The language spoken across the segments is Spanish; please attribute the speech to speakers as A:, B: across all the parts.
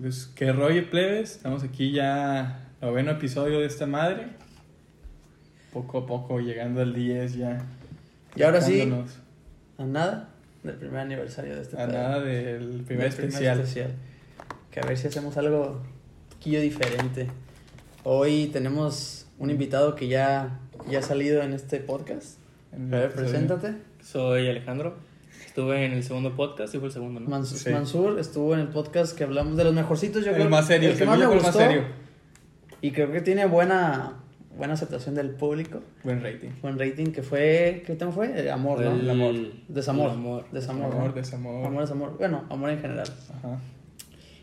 A: Pues que rollo plebes, estamos aquí ya noveno episodio de esta madre. Poco a poco llegando al 10 ya.
B: Y ahora sí.
A: acercándonos
B: A nada del primer aniversario de este
A: A
B: pedo.
A: nada del
B: Del
A: primer especial.
B: Que a ver si hacemos algo un poquillo diferente. Hoy tenemos un invitado que ya, ya ha salido en este podcast.
A: En el
B: A ver,
A: episodio.
B: preséntate.
C: Soy Alejandro. Estuve en el segundo podcast y fue el segundo, ¿no?
B: Mans-
A: Sí.
B: Mansur estuvo en el podcast que hablamos de los mejorcitos, yo creo.
A: El más serio,
B: el que
A: según
B: más me
A: yo, el más
B: gustó.
A: serio.
B: Y creo que tiene buena, buena aceptación del público.
A: Buen rating.
B: Buen rating que fue, ¿qué tema fue? Eh, Amor, ¿no?
C: El amor.
B: Desamor.
C: El amor.
B: Desamor.
A: Amor,
B: ¿no?
A: desamor.
B: Amor es amor. Bueno, amor en general.
A: Ajá.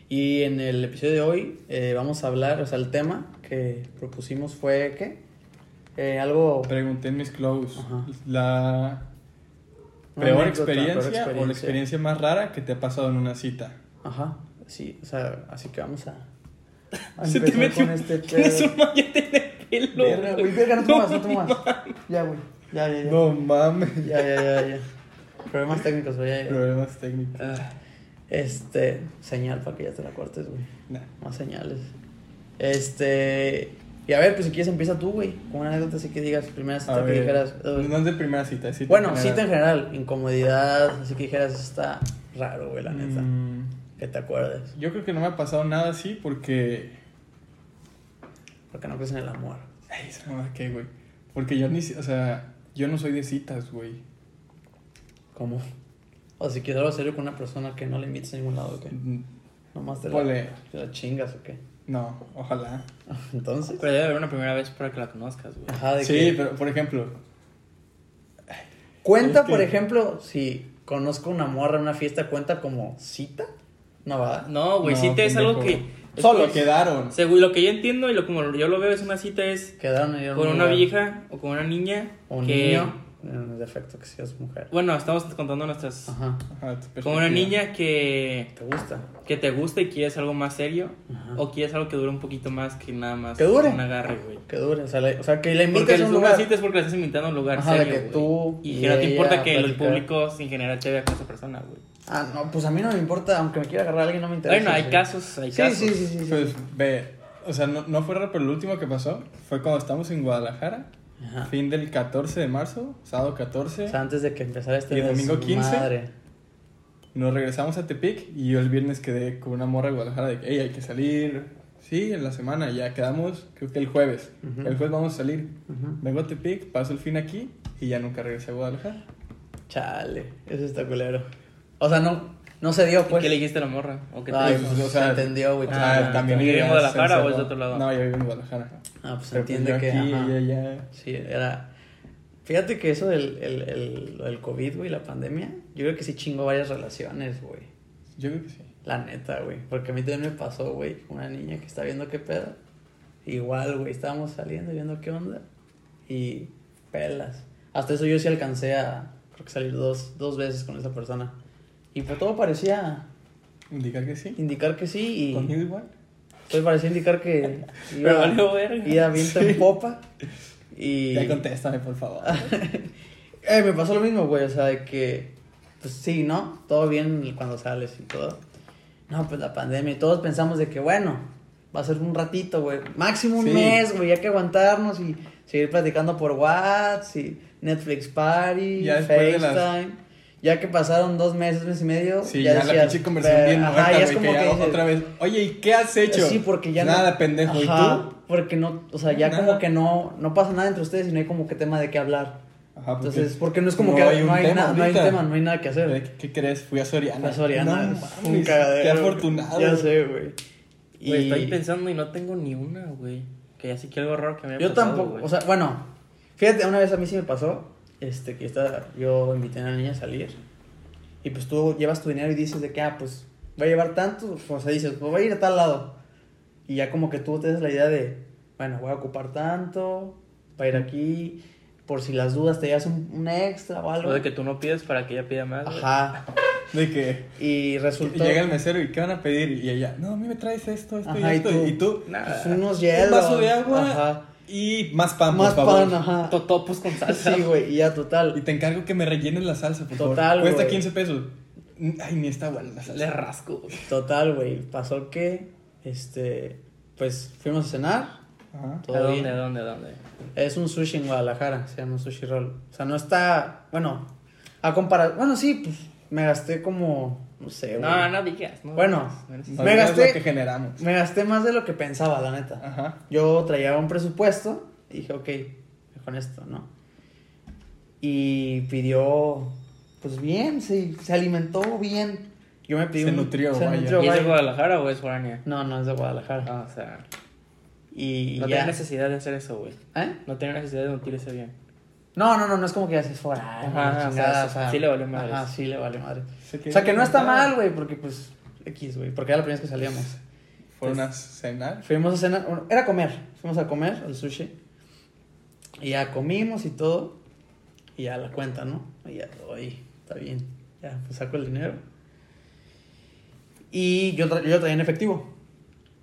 B: Y en el episodio de hoy eh, vamos a hablar, o sea, el tema que propusimos fue, ¿qué? Eh, algo...
A: Pregunté en mis clothes
B: Ajá.
A: la
B: una
A: peor
B: anécdota, peor
A: experiencia o la experiencia más rara que te ha pasado en una cita.
B: Ajá, sí, o sea, así que vamos a... a
C: Se te
B: empezar
C: metió
B: con este
C: tienes
B: pedo.
C: un mallete en el pelo.
B: Verga, güey, verga, no tomas, no tomas. Ya, güey, ya, ya, ya.
A: No mames.
B: Ya, ya, ya, ya. Problemas técnicos, güey, ya, ya.
A: Problemas técnicos.
C: Ah,
B: Este, señal para que ya te la cortes, güey.
A: Nah.
B: Más señales. Este. Y a ver, pues si quieres empieza tú, güey. Con una anécdota así que digas, primera
A: A
B: cita que
A: ver,
B: dijeras. "Ugh".
A: no es de primera cita, es cita
B: bueno,
A: general.
B: cita en general, incomodidad, así que dijeras, está raro, güey, la neta.
A: Mm,
B: Que te acuerdes.
A: yo creo que no me ha pasado nada así porque.
B: Porque no crees en el amor.
A: Ay, esa mamá qué, güey. Porque yo ni. si- O sea, yo no soy de citas, güey.
B: ¿Cómo? O si quieres algo serio con una persona que no le invites a ningún lado, ¿o qué?
A: Mm,
B: Nomás te la,
A: Ponle.
B: te la chingas, ¿o qué?
A: No, ojalá.
B: Entonces.
C: Pero debe haber una primera vez para que la conozcas, güey.
B: Ajá, ¿Ah, de
A: Sí,
B: que-
A: pero por ejemplo.
B: Cuenta,
A: Es que-
B: por ejemplo, si conozco una morra en una fiesta, cuenta como cita. No va.
C: No, güey,
A: No,
C: cita es algo que.
A: pendejo.
C: es
A: Solo
C: como-
A: quedaron.
C: Según lo que yo entiendo y lo como yo lo veo es una cita es
B: Quedaron ahí en
C: con
B: un
C: una
B: lugar.
C: vieja o con una niña
B: O un
C: que-
B: niño. En defecto que seas mujer.
C: Bueno, estamos contando nuestras
B: Ajá.
A: Ajá, tu
C: con una
A: perspectiva.
C: niña que
B: ¿Te gusta?
C: que te gusta y quieres algo más serio
B: Ajá.
C: o quieres algo que dure un poquito más que nada más
B: Ah. Que dure.
C: un agarre, güey.
B: Que dure. O sea, le- o sea, que la
C: Porque
B: invites a
C: es
B: un
C: una
B: lugar.
C: cita es porque la estás invitando a un lugar
B: Ajá, de
C: serio,
B: que
C: güey.
B: tú
C: Y
B: y
C: que no te importa
B: ella
C: que el
B: platicar.
C: público en general te vea con esa persona, güey.
B: Ah, no, pues a mí no me importa. Aunque me quiera agarrar a alguien, no me interesa.
C: Bueno, hay
B: sí.
C: casos, hay
B: Sí,
C: casos.
B: sí, sí, sí. sí.
A: Pues ve. O sea, no, no fue raro, pero lo último que pasó fue cuando estamos en Guadalajara.
B: Ajá.
A: Fin del 14 de marzo, sábado 14.
B: O sea, antes de que empezara este
A: Y el domingo 15.
B: Madre.
A: Nos regresamos a Tepic y yo el viernes quedé con una morra de Guadalajara de que, hey, hay que salir. Sí, en la semana, ya quedamos, creo que el jueves.
B: Ujú.
A: El jueves vamos a salir.
B: Ujú.
A: Vengo a Tepic, paso el fin aquí y ya nunca regresé a Guadalajara.
B: Chale, eso está culero. O sea, no, no se dio,
C: ¿Y
B: pues.
C: ¿Qué le dijiste a la morra? ¿O qué te
B: Ay,
C: dijo?
B: pues, se entendió, güey,
A: ah,
B: claro.
A: también
C: ¿Vive en
A: ella
C: Guadalajara
A: se
C: o es de
A: encerró.
C: otro lado?
A: No, yo vivo en Guadalajara.
B: Ah, pues
A: Pero, pues,
B: entiende
A: yo
B: que.
A: aquí,
B: ajá.
A: ella ya-
B: Sí, era. Fíjate que eso del el, el, lo del COVID, güey, la pandemia, yo creo que sí chingó varias relaciones, güey.
A: Yo creo que sí.
B: La neta, güey. Porque a mí también me pasó, güey, una niña que está viendo qué pedo. Igual, güey, estábamos saliendo, viendo qué onda. Y pelas. Hasta eso yo sí alcancé a, creo que salir dos, dos veces con esa persona. Y pues todo parecía
A: Indicar que sí.
B: indicar que sí y...
A: Conmigo igual.
B: Pues parecía indicar que
C: Pero
B: iba,
C: valió verga.
B: iba viento en popa. Y.
A: Ya contéstame, por favor.
B: Eh, me pasó lo mismo, güey. O sea, de que. Pues sí, ¿no? Todo bien cuando sales y todo. No, pues la pandemia. Y todos pensamos de que, bueno, va a ser un ratito, güey. Máximo un
A: Sí.
B: mes, güey. Hay que aguantarnos y seguir platicando por WhatsApp y Netflix Party,
A: Ya después de
B: FaceTime.
A: las-
B: Ya que pasaron dos meses, mes y medio.
A: Sí, ya, la
B: decías,
A: pinche conversación
B: "Ver-
A: bien
B: Ajá,
A: muerta,
B: ya es
A: güey,
B: como
A: que
B: que,
A: ya
B: dices,
A: otra vez. Oye, ¿y qué has hecho?
B: Sí, porque ya
A: Nada,
B: no...
A: pendejo.
B: Ajá,
A: ¿Y tú?
B: Porque no, o sea, ya
A: Nada.
B: como que no, no pasa nada entre ustedes y no hay como que tema de qué hablar.
A: Ajá, Ah, porque
B: Entonces, porque no es como
A: no
B: que
A: hay un
B: no, hay
A: tema
B: nada, no hay
A: ahorita.
B: tema, no hay nada que hacer.
A: ¿Qué, qué crees? Fui a Soriana.
B: La Soriana
A: No
B: es un
A: mames,
B: cagadero.
A: Qué
B: güey.
A: afortunado.
B: Ya sé, güey. Y
C: Güey, estoy pensando y no tengo ni una, güey. Que así que algo raro que me haya
B: yo
C: pasado,
B: tampoco,
C: güey.
B: o sea, bueno, fíjate, una vez a mí sí me pasó, este, que estaba, yo invité a una niña a salir y pues tú llevas tu dinero y dices de que, ah, pues, va a llevar tanto, o sea, dices, pues, voy a ir a tal lado. Y ya como que tú te das la idea de, bueno, voy a ocupar tanto, va a ir aquí, por si las dudas te llevas un, un extra o algo.
C: Lo de que tú no pides para que ella pida más. güey.
B: Ajá.
A: De que
B: Y resultó...
A: llega el mesero y ¿qué van a pedir? Y ella, no, a mí me traes esto, esto
B: Ajá,
A: y
B: ¿y
A: esto.
B: tú?
A: Y tú,
C: Nada.
B: pues, unos hielos.
A: un vaso de agua
B: Ajá.
A: y más pan,
B: Más
A: por favor.
B: pan, ajá.
C: Totopos con salsa.
B: Sí, güey, y ya total.
A: Y te encargo que me rellenes la salsa, por
B: Total,
A: favor. Cuesta
B: güey.
A: 15 pesos. Ay, ni está buena la
C: Le
A: salsa.
C: rasco, güey.
B: Total, güey, pasó que, este, pues fuimos a cenar.
A: Ajá.
C: ¿A
B: Todo
C: dónde, a
B: bien.
C: dónde, a dónde?
B: Es un sushi en Guadalajara, se llama Sushi Roll. O sea, no está, bueno, a comparar, bueno, sí, pues me gasté como, no sé, güey.
C: No, no digas. No,
B: Bueno.
C: no eres-
A: No
B: Me
A: olvides
B: gasté-
A: lo que generamos.
B: Me gasté más de lo que pensaba, la neta.
A: Ajá.
B: Yo traía un presupuesto y dije, ok, con esto, ¿no? Y pidió, pues bien, se, se alimentó bien. Yo me pedí
A: Se
B: un-
A: nutrió,
B: se
A: vaya.
B: nutrió,
C: ¿Y es de
B: vaya.
C: Guadalajara o es foránea?
B: No, no, es de Guadalajara.
C: Ah, o sea,
B: Y
C: no
B: ya.
C: tenía necesidad de hacer eso, güey.
B: ¿Eh?
C: No tenía necesidad de nutrirse bien.
B: No, no, no, no es como que ya se fuera. ay,
C: Ajá,
B: la
C: o sea,
B: chingada,
C: sí- sí le valió madres.
B: Ajá, sí le vale madre. O sea, que no está mal, güey, porque pues, X, güey, porque era la primera vez que salíamos.
A: Fueron a cenar.
B: Fuimos a cenar, bueno, era comer, fuimos a comer al sushi. Y ya comimos y todo. Y ya la cuenta, ¿no? Y ya, oye, está bien. Ya, pues saco el dinero. Y yo, tra- yo traía en efectivo.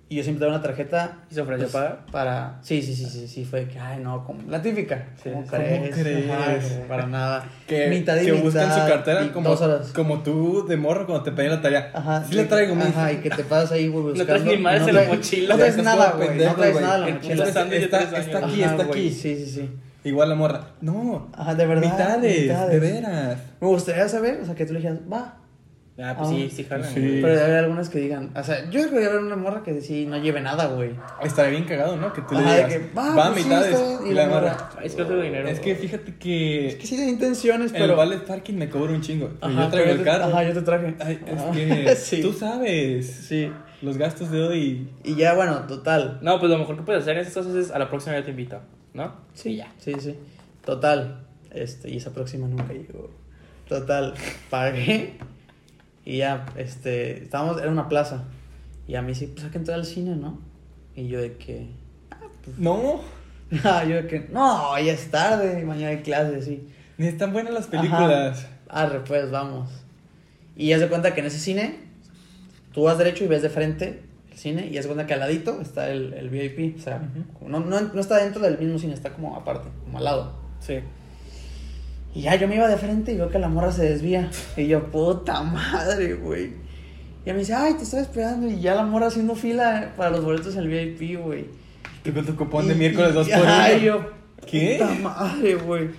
B: Y yo siempre traía una tarjeta.
C: ¿Y se ofreció
B: pues,
C: pagar?
B: Para. Sí, sí, sí, sí, sí. Fue que, ay, no, como. La típica.
C: Sí,
B: ¿Cómo
C: sí.
B: crees?
A: ¿Cómo crees?
B: Ajá, para nada.
A: Que,
B: Mitad y
A: que buscan
B: mitad,
A: su
B: y
A: cartera como,
B: Dos horas.
A: como tú de morro cuando te pedían la tarea.
B: Ajá.
A: Sí, le traigo, mi
B: Ajá, y que te pasas ahí, güey, buscando.
C: No traes ni madres en la
B: traes-
C: mochila,
B: No traes
A: güey,
B: nada,
A: estás
B: güey. No
A: pendejo,
B: traes
A: güey.
B: nada en la
C: En
B: mochila.
C: un sándwich de
A: Está,
C: tres años.
A: está aquí,
B: Ajá,
A: está
B: güey,
A: aquí.
B: Sí, sí, sí.
A: Igual la morra. No,
B: Ajá, de verdad.
A: mitades,
B: mitades.
A: de veras.
B: Me gustaría saber, o sea, que tú le dijeras, va.
C: Ah, pues
B: Ah,
C: sí, sí, jalan.
A: sí.
C: güey.
B: Pero debe haber algunas que digan, o sea, yo creo que debe haber una morra que sí no lleve nada, güey.
A: Estaría bien cagado, ¿no? Que tú le
B: Ajá, de
A: digas,
B: que, va,
A: va a
B: pues sí,
A: mitades.
B: está bien.
A: y la morra.
C: Ay, es que otro dinero.
A: Es que fíjate que,
B: Es que sí tienen intenciones,
A: el
B: pero.
A: valet parking me cobra un chingo. Pero
B: Ajá,
A: yo traigo
B: pero
A: el
B: te-
A: carro.
B: Ajá, yo te traje.
A: Ay, es
B: Ajá.
A: que
B: sí.
A: tú sabes
B: Sí.
A: los gastos de hoy.
B: Y ya, bueno, total.
C: No, pues lo mejor que puedes hacer en esas cosas es a la próxima yo te invito, ¿no?
B: Sí, ya. Sí, sí. Total. Este, y esa próxima nunca llegó. Total. Pagué. Y ya, este. Estábamos, era una plaza. Y a mí sí, pues hay que entrar al cine, ¿no? Y yo de que.
A: No,
B: No, yo de que no, ya es tarde, mañana hay clases, sí.
A: ni están buenas las películas.
B: Ajá. Arre, pues vamos. Y haz de cuenta que en ese cine, tú vas derecho y ves de frente el cine, y haz de cuenta que al ladito está el, el VIP. O sea,
A: Ujú.
B: no, no, no está dentro del mismo cine, está como aparte, como al lado.
C: Sí.
B: Y ya yo me iba de frente y veo que la morra se desvía. Y yo, puta madre, güey. Y ella me dice, ay, te estaba esperando. Y ya la morra haciendo fila para los boletos en el VIP, güey.
A: Tú con tu cupón de
B: Y-
A: miércoles
B: y-
A: 2 por
B: Ay,
A: 1.
B: yo,
A: ¿Qué?
B: Puta madre, güey.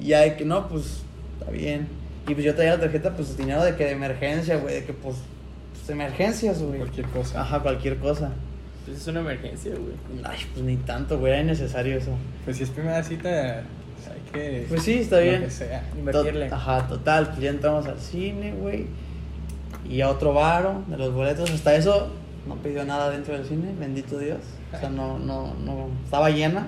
B: Y ya de que no, pues, está bien. Y pues yo traía la tarjeta, pues, dinero de que de emergencia, güey, de que, pues, pues, emergencias, güey.
A: Cualquier cosa.
B: Ajá, cualquier cosa.
C: Pues es una emergencia, güey.
B: Ay, pues ni tanto, güey, era innecesario eso.
A: Pues si es primera cita, pues, hay que.
B: Pues sí, está
A: lo
B: bien.
A: que sea.
C: Invertirle.
B: Tot- Ajá, total, pues ya entramos al cine, güey. Y a otro varo de los boletos. Hasta eso no pidió nada dentro del cine, bendito Dios. O sea, no, no, no, estaba llena.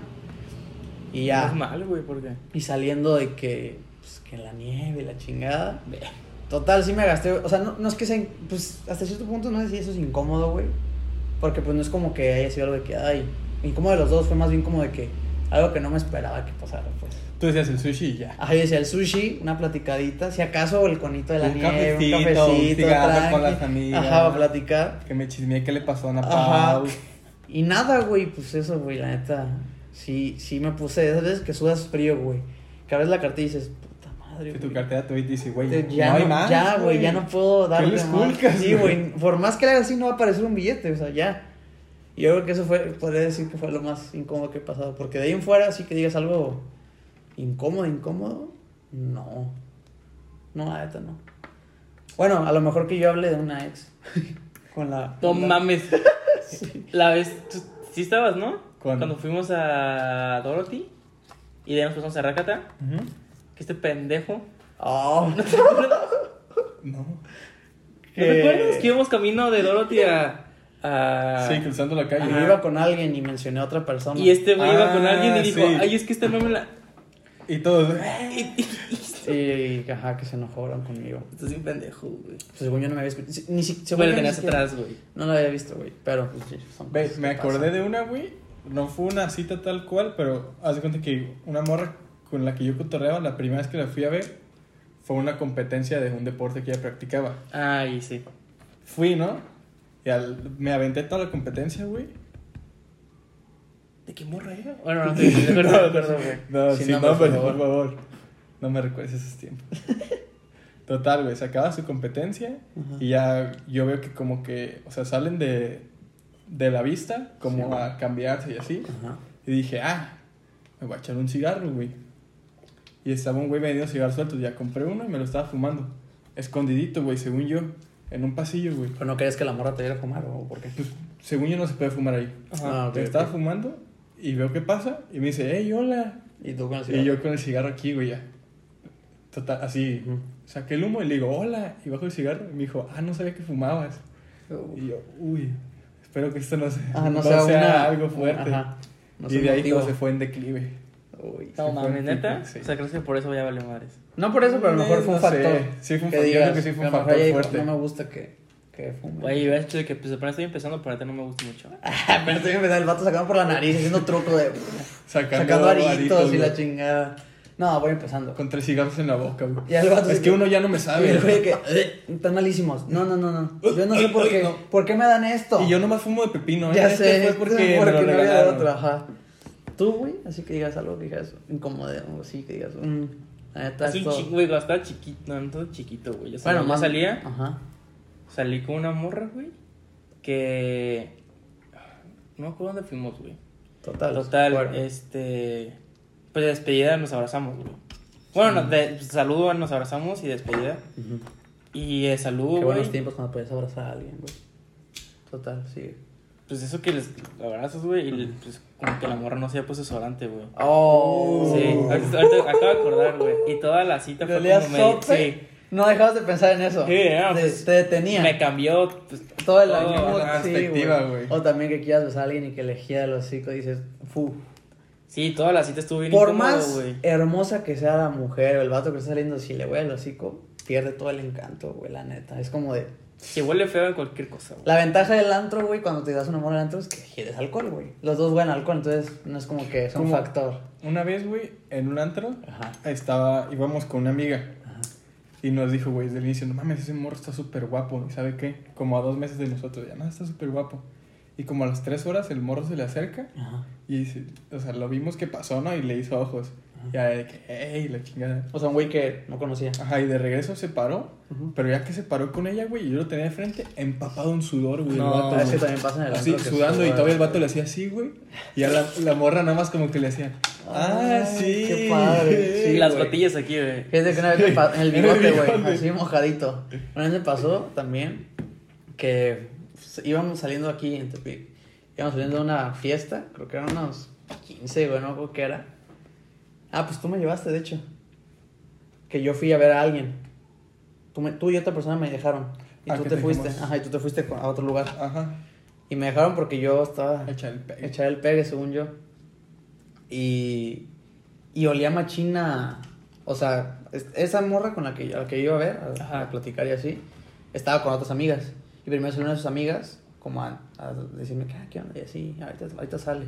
B: Y ya.
C: No es mal, güey, porque.
B: Y saliendo de que, pues, que la nieve, la chingada. Total, sí me gasté. O sea, no, no es que sea. in- Pues hasta cierto punto no sé si eso es incómodo, güey. Porque pues no es como que haya sido algo de que, ay, incómodo de los dos. Fue más bien como de que algo que no me esperaba que pasara, pues.
A: Tú decías el sushi y ya.
B: Ay, decía el sushi, una platicadita. Si acaso el conito de la
A: Un
B: nieve,
A: cafecito, un
B: un cafecito,
A: cigarro
B: tranqui.
A: con las amigas.
B: Ajá, para platicar.
A: Que me chismeé que le pasó a Ana
B: Ajá.
A: Pau.
B: Y nada, güey, pues eso, güey, la neta. Sí, sí me puse de esas veces que sudas frío, güey. Que abres la carta y dices, puta madre,
A: Que tu
B: güey.
A: cartera te dice, güey,
B: Te-
A: no
B: ya
A: hay
B: no-
A: más.
B: Ya, güey, ya no puedo darle
A: les
B: más.
A: culcas,
B: Sí,
A: güey?
B: güey, por más que le haga así no va a aparecer un billete, o sea, ya. Y yo creo que eso fue, podría decir que fue lo más incómodo que he pasado, porque de ahí en fuera sí que digas algo incómodo, incómodo, no. No, la neta no. Bueno, a lo mejor que yo hable de una ex. con la...
C: No
B: con la-
C: mames.
B: Sí.
C: La vez. tú- sí estabas, ¿no?
A: ¿Cuándo?
C: Cuando fuimos a Dorothy y de ahí nos pasamos a Rakata,
A: Ujú.
C: que este pendejo.
B: Oh,
C: ¿No te acuerdas?
A: No.
C: ¿No te acuerdas que íbamos camino de Dorothy a.
B: Ah.
C: a...
A: Sí, cruzando la calle.
B: Y yo iba con alguien y mencioné a otra persona.
C: Y este güey iba con
A: Ah,
C: alguien y dijo,
A: sí.
C: ay, es que esta no me la.
A: Y todos.
B: Y, ajá, que se enojaron conmigo.
C: Estás un pendejo, güey.
B: Pues, según yo no me había escuchado. Ni si, según
C: Se
B: yo
C: vuelven
B: ni
C: tenías
B: siquiera-
C: atrás, güey.
B: No la había visto, güey. Pero, pues, sí, son
A: Ve,
B: cosas
A: me
B: que
A: acordé
B: pasan.
A: de una, güey. No fue una cita tal cual, pero haz de cuenta que una morra con la que yo cotorreaba, la primera vez que la fui a ver, fue una competencia de un deporte que ella practicaba.
C: Ay, sí.
A: Fui, ¿no? Y al- me aventé toda la competencia, güey.
C: ¿De qué morra era? Bueno, no, sí, sí, de acuerdo, de acuerdo, güey.
A: No,
B: Sin
A: sin
B: nombre,
A: nombre,
B: por
A: por favor. No me recuerdes esos tiempos. Total, güey, se acaba su competencia
B: Ajá.
A: y ya yo veo que como que, o sea, salen de, de la vista como
B: Sí.
A: a cambiarse y así.
B: Ajá.
A: Y dije, ah, me voy a echar un cigarro, güey. Y estaba un güey vendiendo cigarros sueltos, ya compré uno y me lo estaba fumando. Escondidito, güey, según yo, en un pasillo, güey.
B: Pero no crees que la morra te viera fumar o por qué.
A: Pues, según yo no se puede fumar ahí.
B: Ajá. Ah, ok,
A: Entonces, estaba
B: ok.
A: fumando y veo qué pasa y me dice, hey, hola.
B: Y tú con el
A: Y yo con el cigarro aquí, güey, ya. Total, así,
B: Ujú.
A: saqué el humo y le digo, hola. Y bajo el cigarro y me dijo, ah, no sabía que fumabas. Y yo, uy, espero que esto no sea,
B: Ah, no,
A: no
B: sea,
A: sea
B: una-
A: algo fuerte.
B: Ajá. No
A: y
B: sea
A: de ahí
B: motivo.
A: todo se fue en declive.
B: Uy.
C: No
A: Sí, fue
C: mames,
A: un
C: neta.
A: tipo, sí.
C: O sea, crees que por eso ya valió madres.
B: No por eso, pero a lo mejor
A: Eh,
B: fue un
A: no sé.
B: factor.
A: Sí, fue un
B: Que
A: factor. Yo creo
B: digas,
A: que sí fue un
B: a lo mejor
A: factor
B: ella dijo,
A: fuerte.
B: No me gusta que, que fume.
C: Güey, yo hecho de que pues apenas estoy empezando, pero ahorita no me gusta mucho.
B: Pero estoy empezando el vato sacando por la nariz, haciendo truco de.
A: Sacando,
B: sacando aritos, y la
A: güey,
B: chingada. No, voy empezando.
A: Con tres cigarros en la boca, güey.
B: Y al vato
A: Es
B: se-
A: que uno ya no me
B: Y el güey
A: sabe.
B: que. "Eh, Están malísimos. No, no, no, no. Yo no sé por qué. ¿Por qué me dan esto?
A: Y yo nomás fumo de pepino, ¿eh?
B: Ya
A: Este
B: sé.
A: Fue porque, me lo
B: no había
A: regalaron.
B: otro, ajá. Tú, güey, así que digas algo que digas incómodo, o sí, que digas. mm, la neta,
C: Es un
B: esto-
C: chico, güey, cuando estaba chiquito, no, no todo chiquito, güey. Yo
B: Bueno,
C: salí-
B: más
C: salía,
B: Ajá.
C: salí con una morra, güey, que... No me acuerdo dónde fuimos, güey.
B: Total.
C: Total,
B: Bueno.
C: este... Pues de despedida nos abrazamos, güey. Bueno, no, de pues, saludo, nos abrazamos y despedida.
B: Ujú.
C: Y eh, saludo,
B: Qué buenos
C: güey.
B: tiempos cuando podías abrazar a alguien, güey. Total, sí.
C: Pues eso que les abrazas, güey, y pues como que la morra no se había puesto desodorante, güey.
B: Oh.
C: Sí, ahorita, ahorita acabo de acordar, güey. Y toda la cita
B: Te
C: fue
B: olías
C: como medio-
B: sope. No dejabas de pensar en eso.
C: Sí, ah,
B: Te-
C: pues,
B: te detenía.
C: sí, me cambió pues,
B: Todo el
C: todo,
B: año.
A: la
B: sí,
A: perspectiva, güey.
B: O también que quieras besar a alguien y que le gira los hocico y dices, fu.
C: Sí, toda la cita estuvo bien
B: Por
C: incómodo,
B: más
C: güey.
B: hermosa que sea la mujer o el vato que está saliendo, si le huele el hocico, pierde todo el encanto, güey, la neta. Es como de.
C: Se huele feo en cualquier cosa, güey.
B: La ventaja del antro, güey, cuando te das un amor al antro es que quieres alcohol, güey. Los dos huelen alcohol, entonces no es como que es un
A: ¿Cómo?
B: factor.
A: Una vez, güey, en un antro,
B: Ajá.
A: estaba, íbamos con una amiga.
B: Ajá.
A: Y nos dijo, güey, desde el inicio, no mames, ese morro está súper guapo. ¿Y sabe qué? Como a dos meses de nosotros, ya, no, está súper guapo. Y como a las tres horas, el morro se le acerca
B: Ajá.
A: y dice, o sea, lo vimos que pasó, ¿no? Y le hizo ojos. Ya de que, ey, la chingada.
B: O sea, un güey que no conocía.
A: Ajá, y de regreso se paró.
B: Ujú.
A: Pero ya que se paró con ella, güey, yo lo tenía de frente empapado en sudor, güey. el
C: No,
A: vato,
B: Es que
A: güey.
B: también pasa en el
A: Así,
B: antro que
A: sudando, y
B: sudan.
A: todavía el vato le hacía así, güey. Y a la, la morra nada más como que le hacía, ah,
B: Ay,
A: sí.
B: qué padre.
C: Y las
A: güey.
C: gotillas aquí, güey.
B: Fíjate que una vez me pa- en
A: En
B: el
A: el
B: bigote, güey,
A: bigote.
B: así mojadito. Una vez me pasó también que pues, íbamos saliendo aquí en Tepic. Íbamos saliendo de una fiesta, creo que eran unos 15, güey, no creo que era. Ah, pues tú me llevaste, de hecho. Que yo fui a ver a alguien. Tú, me- tú y otra persona me dejaron. Y
A: Ah,
B: tú
A: que
B: te
A: te
B: fuiste.
A: dijimos.
B: Ajá, y tú te fuiste con- a otro lugar.
A: Ajá,
B: Y me dejaron porque yo estaba
A: echa el pegue.
B: echar el pegue, según yo. Y, y olía machina. O sea, es- esa morra con la que, a la que iba a ver, a,
C: Ajá.
B: a platicar y así, estaba con otras amigas. Y primero salió una de sus amigas, como a, a decirme, "Ah, ¿qué onda? Y así, ahorita, ahorita sale.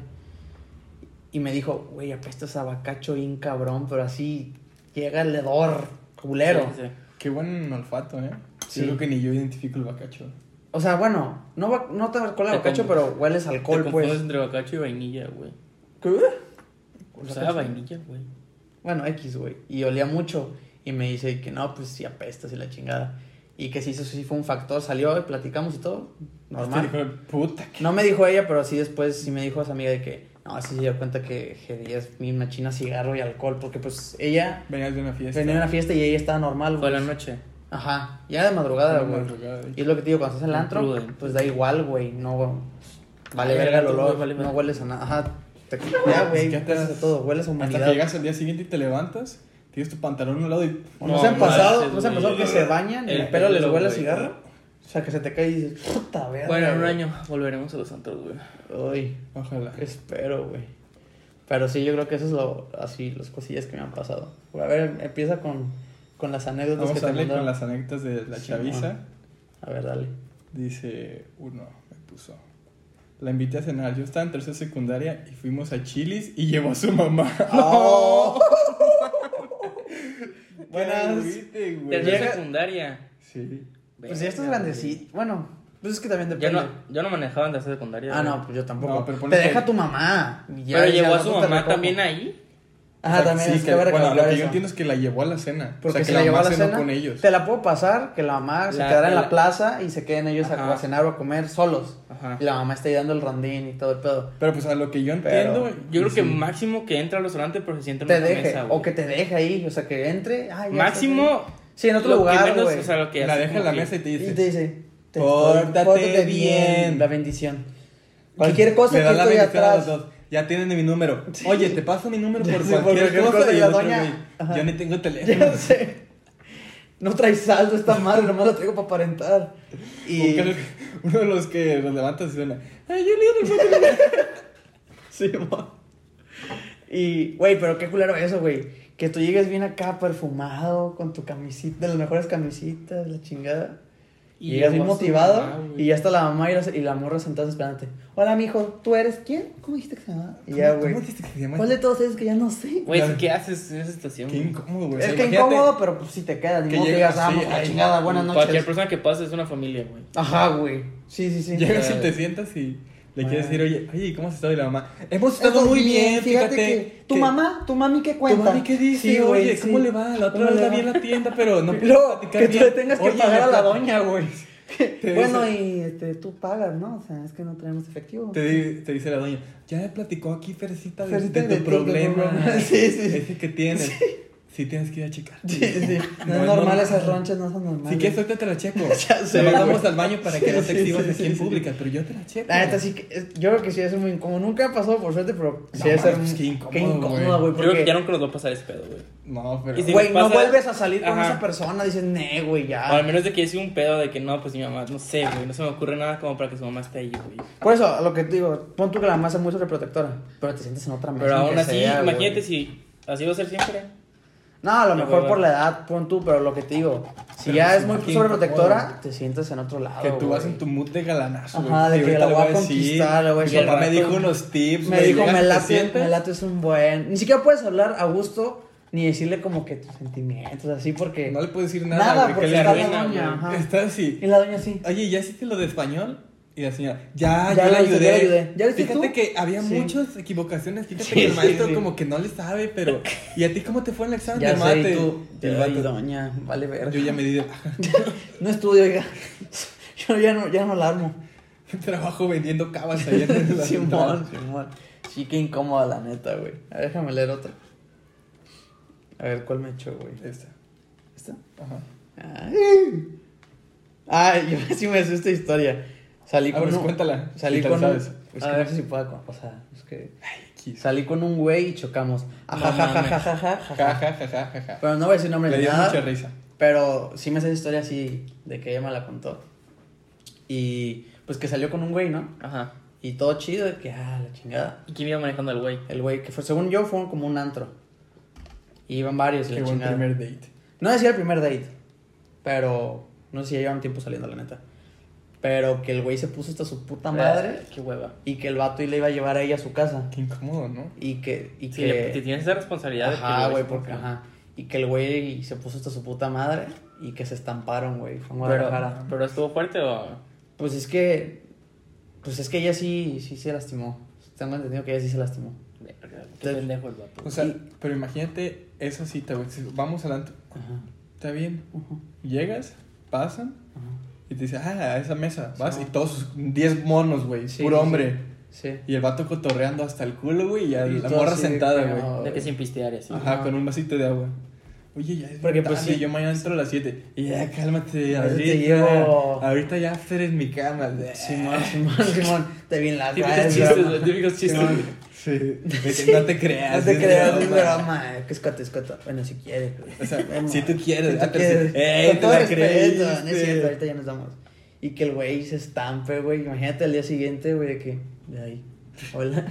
B: Y me dijo, güey, apestas a bacacho bien cabrón, pero así llega el hedor culero.
C: Sí, sí.
A: Qué buen olfato, ¿eh?
B: Sí.
A: Yo creo que ni yo identifico el bacacho.
B: O sea, bueno, no, va- no te huele a
C: Te
B: bacacho,
C: confundes.
B: pero hueles
C: Te
B: alcohol,
C: confundes
B: pues.
C: entre bacacho y vainilla, güey.
B: ¿Qué?
C: O sea, vainilla, güey.
B: Bueno, X, güey. Y olía mucho. Y me dice que no, pues sí apestas y la chingada. Y que sí, eso sí fue un factor. Salió y platicamos y todo.
A: Este
B: Normal.
A: dijo, puta, qué
B: No me dijo ella, pero sí después sí me dijo a esa amiga de que no, sí se dio cuenta que G10 es mi machina cigarro y alcohol. Porque pues ella
A: venías de una fiesta.
B: venía a una fiesta y ella estaba normal,
C: Fue
B: güey.
C: la noche.
B: Ajá. Ya de madrugada,
A: Una
B: güey.
A: madrugada, de
B: Y es lo que te digo, cuando estás en el antro,
C: Prudente.
B: pues da igual, güey. No. pues, Vale,
C: Vale,
B: verga el
C: verga,
B: olor.
C: vale,
B: No
C: verga.
B: hueles a nada. Ajá. Te- Ya, güey.
A: ¿Qué
B: ¿Qué
A: te
B: haces
A: haces?
B: de todo? Hueles a
A: Hasta
B: humanidad.
A: que llegas al día siguiente y te levantas, tienes tu pantalón a un lado y...
B: ¿O no,
C: No,
B: se han
C: no
B: pasado,
C: manches,
B: no se han
C: güey.
B: pasado que se bañan y
C: El
B: el pelo les
C: pelo,
B: huele a
C: güey.
B: cigarro. O sea, que se te cae y dices, puta verga.
C: Bueno, en un
B: güey".
C: año volveremos a los antros, güey.
B: Uy,
A: Ojalá.
B: espero, güey. Pero sí, yo creo que eso es lo, así, las cosillas que me han pasado. Güey, A ver, empieza con, con las anécdotas que
A: Vamos a
B: te
A: darle con
B: mandaron.
A: las anécdotas de la
B: Sí,
A: chaviza.
B: man. A ver, dale.
A: Dice uno, me puso. La invité a cenar. Yo estaba en tercera secundaria y fuimos a Chilis y llevó a su mamá.
B: ¡Oh! Buenas.
A: Agüite, güey.
C: Tercera
B: Llega-
C: secundaria.
A: Sí.
B: Pues ya estás
C: Verga,
B: grandecito. Bueno, pues es que también
C: güey. Yo
B: depende.
C: no, yo no manejaba en tercera secundaria.
B: Ah,
C: güey.
B: no, pues yo tampoco.
A: No, pero
B: te
A: ponle que-
B: deja tu mamá. Ya-
C: Pero
B: ya
C: llegó a
B: al
C: su
B: rato te
C: mamá
B: recojo.
C: también ahí.
B: Ajá,
A: O sea,
B: Ah, también
A: sí,
B: es que
A: que-
B: habrá que
A: Bueno, lo
B: hablar
A: que
B: eso.
A: yo entiendo es que la llevó a la cena.
B: Porque
A: o sea, que
B: si la llevó a la
A: mamá cenó
B: cena,
A: con ellos.
B: te la puedo pasar, que la mamá se
C: La-
B: quedará en la
C: la-
B: plaza y se queden ellos a,
C: Ajá.
B: a cenar o a comer solos.
C: Ajá.
B: Y la mamá está ahí dando el rondín y todo el pedo.
A: Pero pues a lo que yo
B: Pero
A: entiendo.
C: Yo creo
A: y
C: que
A: sí.
C: máximo que entra al restaurante pero se sienta en
B: Te
C: una
B: deje,
C: mesa, güey.
B: o que te deje ahí, o sea, que entre. ay, ya estás
C: Máximo...
B: ahí. Sí, en otro
C: lo que
B: lugar,
C: menos,
B: güey.
C: o sea, lo que
A: la
C: así
A: deja
C: como
A: en la
C: que-
A: mesa y te
B: Y
A: dice.
B: te dice, te-
A: "Pórtate bien".
B: La bendición. Cualquier cosa
A: Le
B: que
A: da la
B: estoy
A: bendición a los
B: atrás.
A: dos. Ya tienen mi número. Oye, te paso mi número por
B: Sí, por
A: cualquier
B: cualquier
A: cosa.
B: cosa,
A: y
B: y la
A: el otro,
B: doña-
A: güey,
B: Ajá.
A: Yo ni tengo teléfono.
B: Ya sé. No traes saldo esta madre, nomás lo traigo para aparentar.
A: Un
B: Y.
A: cal- Uno de los que nos levanta y suena. Ay, yo le doy el número".
B: Sí, mo. Y, güey, pero qué culero eso, güey. Que tú llegues bien acá perfumado, con tu camisita, de las mejores camisitas, la chingada. Y llegas bien
C: luego a su
B: motivado
C: mamá, güey.
B: y ya está la mamá y la, y la morra sentada esperándote. Hola, mijo, ¿tú eres quién? ¿Cómo dijiste que se llamaba? Y ya,
A: ¿Cómo-
B: güey.
A: cómo dijiste que se llama?
B: ¿Cuál de todos es que ya no sé?
C: Güey,
A: Claro.
C: ¿qué haces en esa situación?
A: Qué
C: güey?
A: incómodo, güey. O
B: es
A: sea,
B: que
A: imagínate-
B: incómodo, pero pues si te quedas, ni
A: que
B: modo que
A: llegas
B: digas, vamos,
A: así,
B: la
A: ay,
B: chingada, buenas
C: Cualquier
B: noches.
C: persona que pase es una familia, güey.
B: Ajá, güey. Sí, sí, sí.
A: Llegas y te sientas y le quieres
B: Ah.
A: decir, oye, oye, ¿cómo has estado? Y la mamá, hemos
B: Estás
A: estado muy bien, fíjate.
B: que tu
A: que-
B: mamá, tu mami, ¿qué
A: ¿Tu
B: cuenta?
A: mami qué dice?
B: Sí, güey,
A: oye,
B: sí.
A: ¿cómo le va? La otra
B: ¿Cómo
A: vez
B: le
A: la
B: va?
A: vi en la tienda, pero no
B: Y
A: pude
B: luego,
A: platicar
B: que tú
A: bien.
B: le tengas que
A: Oye,
B: pagar a
A: me
B: la
A: plat-
B: doña, güey.
A: dice-
B: Bueno, y este, tú pagas, ¿no? O sea, es que no traemos efectivo.
A: Te, di- te dice la doña, ya me platicó aquí Fercita de,
B: Fercita
A: de
B: de
A: tu
B: tu
A: problema.
B: problema. Sí, sí.
A: Ese que tienes. Sí tienes que ir a checar.
B: Sí, sí. No,
A: No
B: es
A: es
B: normal,
A: normal.
B: esas ronchas no son normales.
A: Si quieres, ahorita te la checo.
B: Ya sé,
A: Te mandamos
B: güey.
A: al baño para
B: Sí,
A: que no
B: sí,
A: te exhibas
B: sí,
A: aquí
B: sí,
A: en
B: sí.
A: pública, pero yo te la checo.
B: La neta, sí que. es- Yo creo que sí, eso es muy incómodo. Nunca ha pasado, por suerte, pero sí
A: No
B: debe ser.
A: mames, qué
B: muy- Qué
A: incómodo,
B: incómodo, güey.
A: güey.
C: Yo creo
B: Porque,
C: que ya nunca nos va a pasar ese pedo, güey.
A: No, pero...
C: Y si-
B: güey, no
C: pasa-
B: vuelves a salir con
C: Ajá.
B: esa persona. Dices, ne, güey,
C: O al
B: ya.
C: menos de que decir un pedo de que no, pues mi mamá, no sé, güey, no se me ocurre nada como para que su mamá esté ahí, güey.
B: Por eso, a lo que te digo, pon tú que la masa es muy sobreprotectora. Pero te sientes en otra mesa.
C: Pero aún
B: aunque
C: así,
B: sea, güey.
C: imagínate si así va a ser siempre.
B: No, a lo
C: Me
B: mejor
C: hueva.
B: por la edad, pon tú, pero lo que te digo, si
A: Pero
B: ya
A: sí,
B: es muy
A: qué
B: sobreprotectora,
A: incómodo.
B: te sientas en otro lado.
A: Que tú vas
B: güey.
A: en tu mood de galanazo, güey.
B: Ajá, de
A: Y
B: que
A: ahorita
B: la
A: le
B: voy a
A: decir,
B: conquistar, la voy a
A: Mi
B: decir,
A: papá me
B: "Rato".
A: dijo unos tips,
B: Me
A: güey,
B: dijo,
A: llegas,
B: me
A: pues, te
B: late,
A: sientas".
B: me late es un buen. Ni siquiera puedes hablar a gusto ni decirle como que tus sentimientos, así, porque.
A: No le puedes decir nada,
B: nada,
A: güey,
B: porque
A: que le
B: está la
A: arruina,
B: doña.
A: güey.
B: ajá.
A: Está así.
B: Y la doña sí.
A: Oye, ¿ya hiciste lo de español? Y la señora, ya,
B: Ya
A: yo
B: lo
A: le
B: hice,
A: ayudé.
B: ya lo ayudé. ¿Ya lo hiciste
A: Fíjate
B: tú?
A: que había
B: Sí.
A: muchas equivocaciones. Fíjate
B: Sí,
A: que el
B: sí,
A: maestro
B: sí.
A: como que no le sabe, pero... ¿Y a ti cómo te fue en el examen de
B: Ya sé,
A: Ah, mate?
B: y tú.
A: Y el
B: ay,
A: vato,
B: doña, vale verga.
A: Yo ya me di de...
B: No estudio, oiga. Yo ya no, ya no la armo.
A: Trabajo vendiendo cabas ahí en la
B: Simón,
A: central.
B: Simón. Sí, qué incómoda la neta, güey. A ver, déjame leer otra. A ver, ¿cuál me echó, güey?
A: Esta.
B: ¿Esta?
A: Ajá.
B: Ay. Ay, yo sí me asusté historia. Salí
A: Ah,
B: con
A: pues
B: un-
A: cuéntala,
B: Salí
A: si te
B: con
A: la
B: un-
A: sabes.
B: Es
C: A
B: que no
C: ver.
B: sé si pueda con- O sea, es que.
A: X.
B: Salí con un güey y chocamos.
A: Ah, Ja,
B: Ajajajajajaja.
A: ja, ja, ja, ja, ja.
B: Pero no voy a decir nombre
A: Le
B: de
A: dio mucha
B: nada.
A: risa.
B: Pero sí me hace historia así de que ella me la contó. Y pues que salió con un güey, ¿no?
C: Ajá.
B: Y todo chido, de que, ah, la chingada.
C: ¿Y quién iba manejando el güey?
B: El güey, que fue, según yo, fue como un antro. Y iban varios y
A: Qué
B: la
A: buen
B: chingada.
A: primer date.
B: No decía el primer date, pero no sé si ya llevan tiempo saliendo, la neta. Pero que el güey se puso hasta su puta madre
C: Ah, Qué hueva.
B: y que el vato y le iba a llevar a ella a su casa.
A: Qué incómodo, ¿no?
B: Y que. Y
C: Sí, le- te
B: que
C: tienes esa responsabilidad de que
B: ajá,
C: el
B: güey,
C: se
B: porque.
C: ponga-
B: Ajá. Y que el güey se puso hasta su puta madre y que se estamparon, güey. Fue en Guadalajara.
C: Pero, pero estuvo fuerte o.
B: Pues es que. Pues es que ella sí, sí se lastimó. Tengo entendido que ella sí se lastimó.
C: Verga, Qué
B: Te-
C: pendejo el vato.
A: O sea,
B: Y-
A: pero imagínate esa cita, güey. Dices, Vamos adelante.
B: Ajá.
A: Está bien.
B: Ujú,
A: Llegas, pasan
B: ajá.
A: y te dice, ah, a esa mesa.
B: Sí,
A: Vas y
B: no.
A: todos sus 10 monos, güey.
B: Sí,
A: puro
B: sí,
A: hombre.
B: Sí.
A: Y el vato cotorreando hasta el culo, güey. Y a
B: Y
A: la
B: todo
A: morra
B: así de
A: sentada,
B: que,
A: güey.
B: ah,
C: de que sin pistear y así.
A: Ajá,
B: no.
A: con un vasito de agua. Oye, ya es
B: Porque,
A: bien
B: pues,
A: tarde,
B: sí.
A: Yo mañana entro a las 7. Y ya, cálmate.
B: Ya
A: ahorita,
B: te llevo.
A: ahorita ya after en mi cama.
B: Simón, Simón, Simón, te vi en la
C: Típicos
B: cara, es
C: Eh. chistes,
B: broma.
C: güey, típicos chistes.
B: Simón,
A: Sí. De que No te creas.
B: No te
A: es
B: creas, es
A: broma.
B: broma, eh, que escota, escota. Bueno, si pues. quieres. güey.
A: O sea,
B: Bueno,
A: si tú quieres,
B: si
A: ah, pero si- ¡Ey,
B: Con
A: te
B: todo
A: la
B: respeto, no es
A: creíste!
B: cierto, ahorita ya nos damos. Y que el güey se estampe, güey. Imagínate al día siguiente, güey, de que. De ahí. Hola.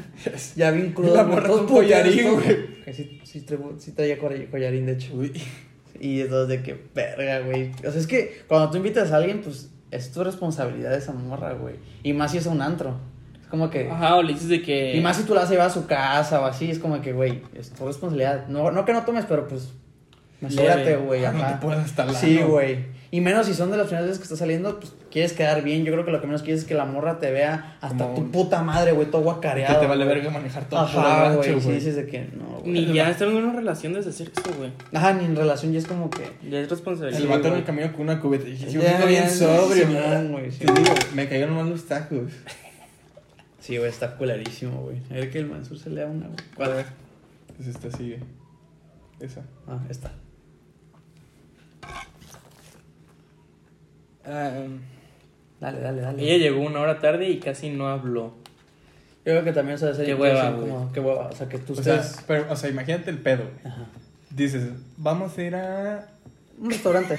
B: Ya bien crudo.
A: La
B: güey,
A: morra
B: todo
A: con
B: puteado,
A: collarín,
B: todo.
A: güey.
B: Que sí, sí, traigo- sí traía corre- collarín, de hecho.
A: Uy.
B: Y entonces de que, verga, güey. O sea, es que cuando tú invitas a alguien, pues es tu responsabilidad esa morra, güey. Y más si es un antro. Es como que.
A: Ah.
C: Ajá, o le dices de que.
B: Y más si tú la vas a llevar a su casa o así, es como que, güey, es tu responsabilidad. No, no que no tomes, pero pues. Mesúrate,
C: Leve.
B: güey.
A: Ah, no
B: ajá.
A: te puedes hasta la-
B: Sí,
A: no.
B: güey. Y menos si son de las primeras veces que estás saliendo, pues quieres quedar bien. Yo creo que lo que menos quieres es que la morra te vea hasta
A: Como-
B: tu puta madre, güey, todo
A: Que
B: guacareado.
A: te vale
B: güey.
A: verga manejar todo por
B: Ajá,
A: el
B: güey.
A: rancho,
B: Si
A: güey.
B: dices de que no, güey.
C: Ni ya estar en una relación desde sexo, güey.
B: Ajá, ni en relación ya es como que.
C: Ya es responsabilidad.
A: El vato en
C: güey.
A: el camino con una cubeta. Y dije, sí,
B: Ya,
A: vengo bien
B: ya,
A: sobrio,
B: Simón,
A: man.
B: güey,
A: Te
B: Simón.
A: digo, me cayeron mal los tacos.
B: Sí, güey, está culerísimo, güey. A ver que el Mansur se lea una, güey. ¿Cuál?
A: Entonces Pues esta sigue. Esa.
B: Ah, esta.
C: Ah, em,
B: Dale, dale, dale.
C: ella llegó una hora tarde y casi no habló.
B: Yo creo que también se hace
C: Qué hueva,
B: como,
C: güey.
B: qué hueva. O sea, que tú
A: O sea,
B: seas
A: pero, o sea, imagínate el pedo. güey.
B: Ajá.
A: Dices, vamos a ir a...
B: un restaurante.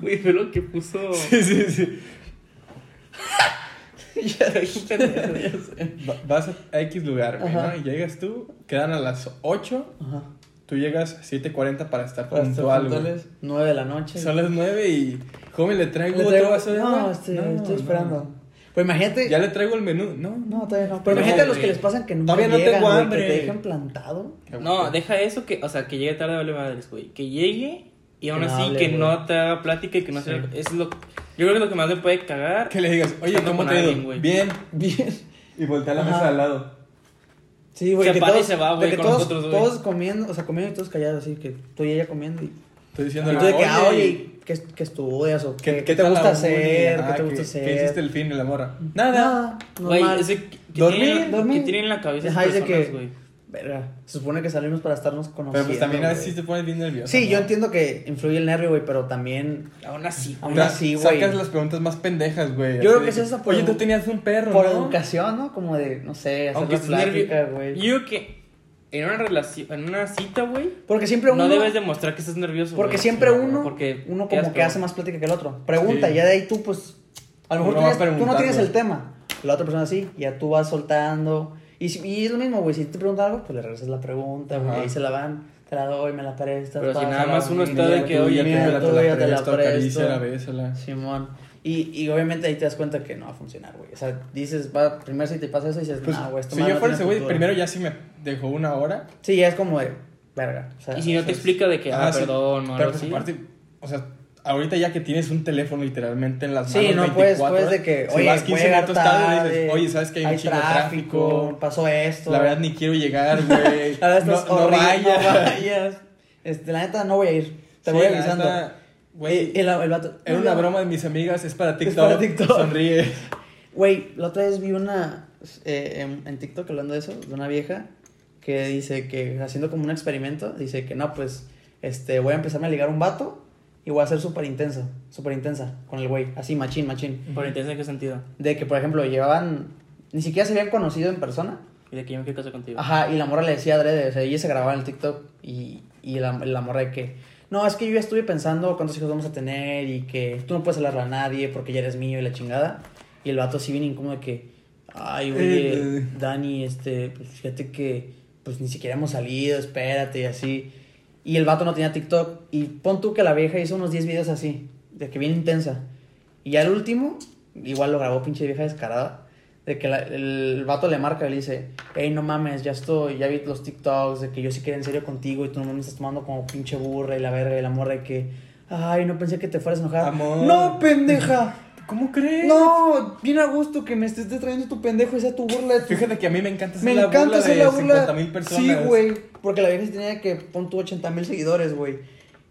C: Güey, fue lo que puso.
A: Sí, sí, sí.
B: ya,
C: pendejo.
B: sé.
A: Va- Vas a X lugar, güey,
B: Ajá.
A: ¿no? Y llegas tú, quedan a las 8,
B: Ajá.
A: tú llegas a 7.40 para estar
B: Para estar
A: puntual, güey.
B: puntuales, 9 de la noche.
A: Son las 9 y... Joven, le traigo,
B: Le
A: otro
B: traigo-
A: vaso de agua.
B: No, este, estoy esperando. Pues imagínate.
A: Ya le traigo el menú. No, no.
B: No, todavía no. Pero
C: No,
B: imagínate a los
C: güey.
B: que les pasan que nunca
A: Todavía no
B: llegan,
A: tengo
B: güey,
A: hambre.
B: Que te dejan plantado.
C: No, deja eso que, o sea, que llegue tarde vale madres, güey. Que llegue y aún
B: Que no
C: así
B: hable,
C: que
B: güey.
C: no te haga plática y que no
B: Sí.
C: sea. Es lo, yo creo que lo que más le puede cagar.
A: Que le digas, oye,
C: Estando
A: ¿cómo
C: con
A: te ha ido?
C: alguien, güey.
A: Bien.
B: Bien.
A: Y voltea a la
B: Ajá.
A: mesa de al lado.
B: Sí, güey.
C: Se
B: que
C: para y
B: todos-
C: se va,
B: de
C: güey,
B: que
C: con
B: todos,
C: nosotros, güey.
B: todos comiendo, o sea, comiendo y todos callados, así que tú y ella comiendo. Y,
A: Estoy
B: y
A: diciendo,
B: tú de que, ah, oye, ¿qué, qué estudias? O
A: ¿Qué,
B: qué,
A: qué te gusta hacer?
B: ¿Qué te gusta
A: ¿Qué,
B: hacer?
A: Ah, hiciste el fin de la morra?
B: Nada.
C: Güey,
B: normal.
C: ese que, que
A: Dormir,
C: tienen-
B: dormir.
C: que tienen en la cabeza esas
B: Ajá, es de
C: personas,
B: que-
C: güey.
B: Verga, se supone que salimos para estarnos conociendo.
A: Pero pues también a veces
B: güey.
A: sí te pones bien nervioso.
B: Sí,
A: ¿no?
B: yo entiendo que influye el nervio, güey, pero también.
C: Aún así,
A: O
C: güey.
B: Aún
A: sea,
B: así, güey.
A: sacas las preguntas más pendejas, güey.
B: Yo creo
A: Así
B: que
A: de
B: es esa por
A: Oye, tú
B: edu-
A: tenías un perro,
B: Por
A: ¿no?
B: educación, ¿no? Como de, no sé, hacer
C: Aunque
B: la
C: estés nervio-
B: plática, güey.
C: Yo digo que en una relación, en una cita, güey,
B: Porque siempre uno.
C: no debes demostrar que estás nervioso.
B: porque
C: güey.
B: siempre
C: Sí,
B: uno.
C: porque
B: uno
C: quedas
B: como que
C: peor.
B: hace más plática que el otro. Pregunta,
A: Sí.
B: ya de ahí tú, pues. A lo mejor
A: Uno va
B: tienes- tú no
A: preguntando.
B: tienes el tema. La otra persona sí, ya tú vas soltando. Y, si- y es lo mismo, güey. Si te pregunta algo, pues le regresas la pregunta, güey.
A: Ajá.
B: Ahí se la van, te la doy, me la prestas.
C: Pero si
B: pásala,
C: nada más uno
B: güey.
C: está de
A: Mira,
C: que,
A: tú,
C: oye,
A: ya te-
B: mira,
A: la-
B: tú, ya te la
A: presto, acaríciala,
B: presto. Ah,
A: bésala.
B: Simón. Y, y obviamente ahí te das cuenta que no va a funcionar, güey. O sea, dices, va, primero si te pasa eso y dices,
A: Pues,
B: no, güey, esto
A: si
B: madre
A: yo
B: no
A: fuera
B: tiene
A: ese güey,
B: futuro".
A: primero ya sí me dejó una hora.
B: Sí, ya es como de, verga. o sea,
C: Y si no
B: eso
C: te
B: es-
C: explica de que, ah,
A: Ajá, sí.
C: perdón, o algo
A: Pero pues
C: así.
A: aparte, o sea, ahorita ya que tienes un teléfono literalmente en las
B: Sí,
A: manos
B: no
A: 24
B: puedes, puedes de
A: horas,
B: que,
A: si
B: oye,
A: vas 15
B: juega
A: minutos tarde y
B: tarde,
A: dices, oye, ¿sabes que hay un chingo de tráfico?
B: Pasó esto.
A: La verdad ni quiero llegar, güey.
B: La verdad
A: no,
B: estás
A: no
B: horrible,
A: vayas.
B: no vayas. Este, la neta, no voy a ir. Te
A: Sí,
B: voy
A: la
B: avisando.
A: neta, Güey,
B: el, el vato.
A: Era una broma de mis amigas, es para TikTok.
B: para TikTok.
A: Sonríe.
B: Güey, la otra vez vi una eh, en, en TikTok hablando de eso, de una vieja que dice que haciendo como un experimento, dice que no, pues este voy a empezarme a ligar un vato y voy a ser súper intenso, súper intensa con el güey, así machín, machín.
C: Por intención, ¿en qué sentido?
B: De que, por ejemplo, llevaban, ni siquiera se habían conocido en persona.
C: Y de que yo me quiero casar contigo.
B: Ajá, y la morra le decía adrede, o sea, ella se grababa en el TikTok y, y la, la morra de que, no, es que yo ya estuve pensando cuántos hijos vamos a tener y que tú no puedes hablarle a nadie porque ya eres mío y la chingada. Y el vato sí viene incómodo de que, ay,
A: Eh, eh.
B: oye, Dani, este, pues fíjate que, pues ni siquiera hemos salido, espérate y así. Y el vato no tenía TikTok y pon tú que la vieja hizo unos 10 videos así, de que bien intensa. Y ya el último, igual lo grabó pinche vieja descarada. De que la- el vato le marca y le dice, hey, no mames, ya estoy, ya vi los TikToks, de que yo sí quería en serio contigo y tú no me estás tomando como pinche burra y la verga y la morra de que, ay, no pensé que te fueras a enojar.
A: Amor.
B: No, pendeja.
A: ¿Cómo crees?
B: No, bien a gusto que me estés trayendo tu pendejo y sea tu burla. de tu-
A: Fíjate que a mí me encanta hacer
B: Me
A: la
B: encanta
A: burla
B: hacer
A: de
B: la burla.
A: 50,000 personas.
B: Sí, güey, porque la vieja sí tenía que pon tu 80 mil seguidores, güey.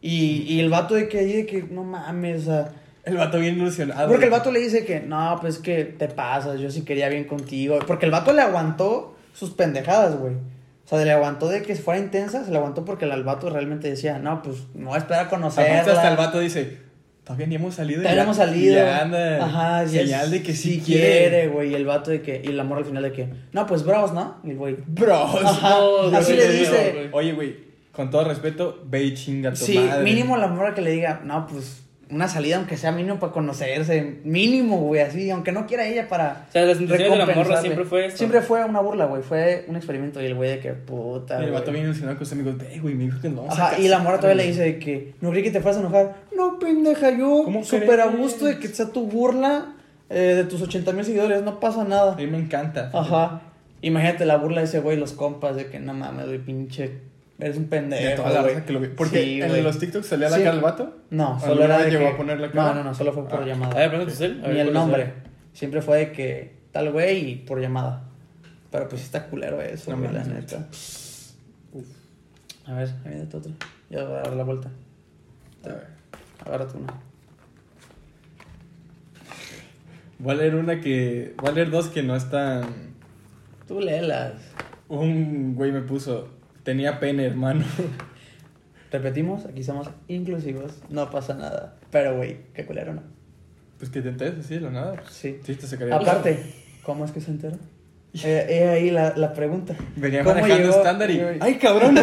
B: Y, y el vato de que ahí, de que, no mames, o sea,
A: El vato bien ilusionado.
B: porque el vato le dice que, no, pues que te pasas, yo sí quería bien contigo. Porque el vato le aguantó sus pendejadas, güey. O sea, le aguantó de que fuera intensa, se le aguantó porque el- el vato realmente decía, no, pues no voy a esperar a conocerla.
A: Aparte hasta el vato dice, todavía ni hemos salido. y
B: Todavía no hemos
A: ya-
B: salido.
A: Ya anda.
B: Ajá, sí,
A: señal de que sí,
B: quiere, güey. Y el vato de que, y el amor al final de que, no, pues bros, ¿no? Y el güey,
A: Bros.
B: Ajá,
A: Oye,
B: así
A: güey,
B: le dice.
A: güey. Oye, güey, con todo respeto, ve y chinga a tu
B: Sí,
A: madre.
B: mínimo la morra que le diga, no, pues una salida, aunque sea mínimo para conocerse, mínimo, güey, así, aunque no quiera ella para.
C: O sea, las intenciones de la morra
B: recompensarle.
C: siempre fue esto.
B: Siempre fue una burla, güey, fue un experimento y el güey de que puta.
A: Y el
B: güey.
A: vato bien ilusionado con sus amigos. Ve, güey, me dijo que nos vamos a
B: Ajá, y
A: casar,
B: la morra todavía le
A: güey.
B: dice de que no creí que te fueras a enojar. No, pendeja, yo
A: ¿Cómo
B: súper a
A: crees?
B: gusto de que sea tu burla eh, de tus 80 mil seguidores, no pasa nada.
A: A mí me encanta.
B: Ajá. Imagínate la burla de ese güey, los compas, de que no mames, güey, pinche Eres un
A: De
B: pendejo,
A: toda la
B: güey.
A: raza que lo vi. Porque
C: Sí,
A: en
C: güey.
A: los TikToks salía la
B: Sí.
A: cara del vato.
B: No,
A: ¿Alguna
B: solo era
A: vez
B: de
A: llegó
B: que-
A: a poner la cara?
B: No, no, no, solo fue por
A: Ah.
B: llamada.
C: A ver, prende tu cel. a ver
B: Ni
C: cuál
B: el
C: es
B: nombre. Siempre fue de que tal güey y por llamada. Pero pues está culero eso,
A: No
B: güey, la
A: mames.
B: neta.
C: A ver.
B: Aviéntate otro. Ya voy a dar la vuelta.
A: A ver.
B: Agárrate una.
A: Voy a leer una que. Voy a leer dos que no están.
B: Tú léelas.
A: Un güey me puso. Tenía pene, hermano.
B: Repetimos, aquí somos inclusivos. No pasa nada. Pero güey, qué culero, ¿no?
A: Pues que te enteres así de la nada.
B: Sí.
A: Sí, te sacaría.
B: Aparte, ¿cómo es que se enteró? Eh, he ahí la, la pregunta.
A: Venía
B: ¿Cómo
A: manejando
B: llegó?
A: estándar y.
B: Yo-
A: ¡Ay, cabrón!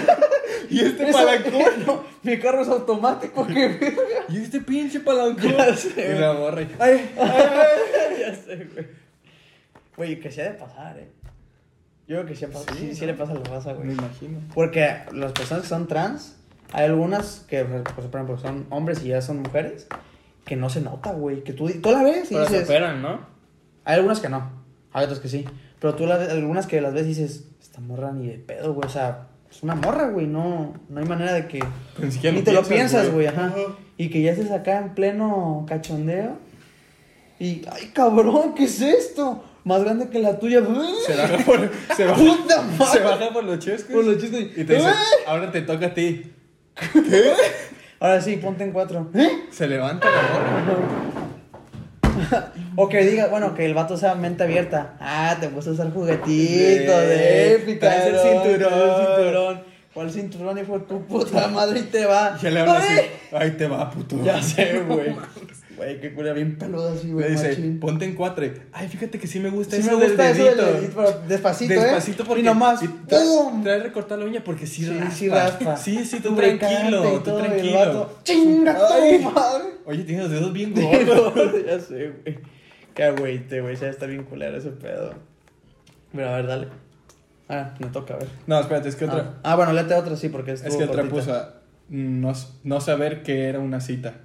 A: y este
B: Eso-
A: palancón.
B: no, mi carro es automático, que
A: Y este pinche palancón.
B: Ya sé.
A: y la morra. y, ¡Ay! ay,
B: Ya sé, güey. Güey, que sea de pasar, eh. Yo creo que sí, pasa,
A: Sí,
B: sí, sí
A: ¿no?
B: le pasa a la raza,
A: ay! Me
B: güey.
A: imagino.
B: Porque las personas que son trans, hay algunas que, pues, por ejemplo, son hombres y ya son mujeres, que no se nota, güey. Que tú, di- tú la ves y
C: Pero se
B: dices.
C: operan, ¿no?
B: Hay algunas que no, hay otras que sí. Pero tú la ves- algunas que las ves y dices, esta morra ni de pedo, güey. O sea, es una morra, güey. No, no hay manera de que.
A: Pero ni siquiera
B: Ni te lo piensas, güey, ajá. Y que ya estés acá en pleno cachondeo. Y, ay, cabrón, ¿qué es esto? Más grande que la tuya.
A: Se baja por. Se baja,
B: Puta madre.
A: se baja por los chescos.
B: Por los chescos y-
A: Y te dice,
B: ¡Eh!
A: ahora te toca a ti.
B: Ahora sí, ponte en cuatro. ¿Eh?
A: Se levanta la morra.
B: O que diga, bueno, que el vato sea mente abierta. Ah, te puedes usar juguetito
A: Sí,
B: de épica.
A: traes el cinturón.
B: cinturón. ¿Cuál cinturón? Y fue tu puta madre y te va.
A: Ya le habla así.
B: ¡Ay!
A: Ay, te va, puto.
B: Ya sé, güey. Güey, qué culia bien peluda así,
A: Le
B: güey.
A: dice,
B: machín.
A: ponte en cuatro. y, Ay, fíjate que sí me gusta
B: Sí
A: eso
B: me gusta
A: del
B: eso del
A: dedito.
B: dedito, pero despacito, ¿eh?
A: Despacito porque
B: Y nomás,
A: y tra-
B: ¡pum!
A: Trae recortar la uña porque sí,
B: Sí,
A: raspa.
B: sí raspa.
A: Sí, sí, tú
B: Lubricante y
A: tranquilo, tú
B: todo, y el
A: tranquilo.
B: vato, ¡Chinga
A: Ay.
B: tu madre!
A: Oye, tienes los dedos bien gordos.
B: ya sé, güey. Qué agüite, güey. Ya está bien culero ese pedo. Pero a ver, dale. Ah, me toca, a ver.
A: No, espérate, es que otra.
B: Ah, ah, bueno, léete otra, sí, porque
A: es que otra
B: cortita.
A: puso a no, no saber que era una cita.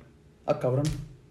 B: Ah, cabrón.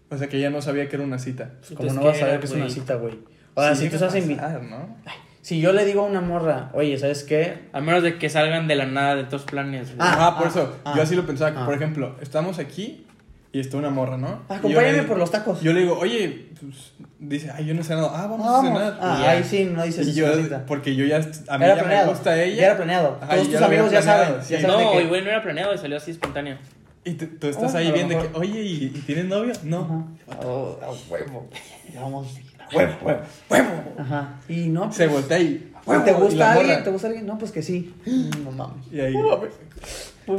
A: O sea, que ella no sabía que era una cita.
B: Pues,
C: Entonces,
B: como no
C: ¿qué
B: vas a
C: era,
B: saber que es una
C: güey?
B: cita, güey. O sea,
A: Sí
B: si tú
A: llega a
B: estás invitado.
A: pasar, ¿no?
B: Si yo le digo a una morra, oye, ¿sabes qué?
C: A menos de que salgan de la nada de tus planes, güey.
B: Ah,
A: Ajá, por
B: ah,
A: eso.
B: ah.
A: yo así lo pensaba. que,
B: Ah.
A: Por ejemplo, estamos aquí y está una morra, ¿no? Y yo
B: Acompáñame
A: le-
B: por los tacos.
A: Yo le digo, oye, pues, dice, ay, yo no he cenado. Ah, vamos,
B: Vamos.
A: a cenar.
B: Ah,
A: Y ya.
B: ahí sí, no dices
A: Y
B: es una
A: yo,
B: cita.
A: porque yo ya, a mí
B: Era
A: ya
B: planeado,
A: me gusta ella.
B: ya era planeado.
A: Ajá,
B: Todos
A: y
B: tus
A: lo
B: amigos
A: había
B: ya saben,
A: planeado,
B: ya
A: sí.
B: saben.
C: no,
B: de que-
C: y güey, no era planeado y salió así espontáneo.
A: Y tú, tú estás
B: Ah, a
A: ahí
B: lo
A: viendo que,
B: mejor.
A: oye, ¿y, y tienes novio? No.
B: Ajá. Oh, a huevo. Ya Vamos. A huevo, huevo, huevo. Ajá. Y no.
A: Se voltea y,
B: pues,
A: "Huevo",
B: ¿Te
A: y la
B: gusta alguien?
A: morra.
B: ¿Te pues. gusta alguien? No, pues que sí. No mames.
A: Y ahí,
B: No mames.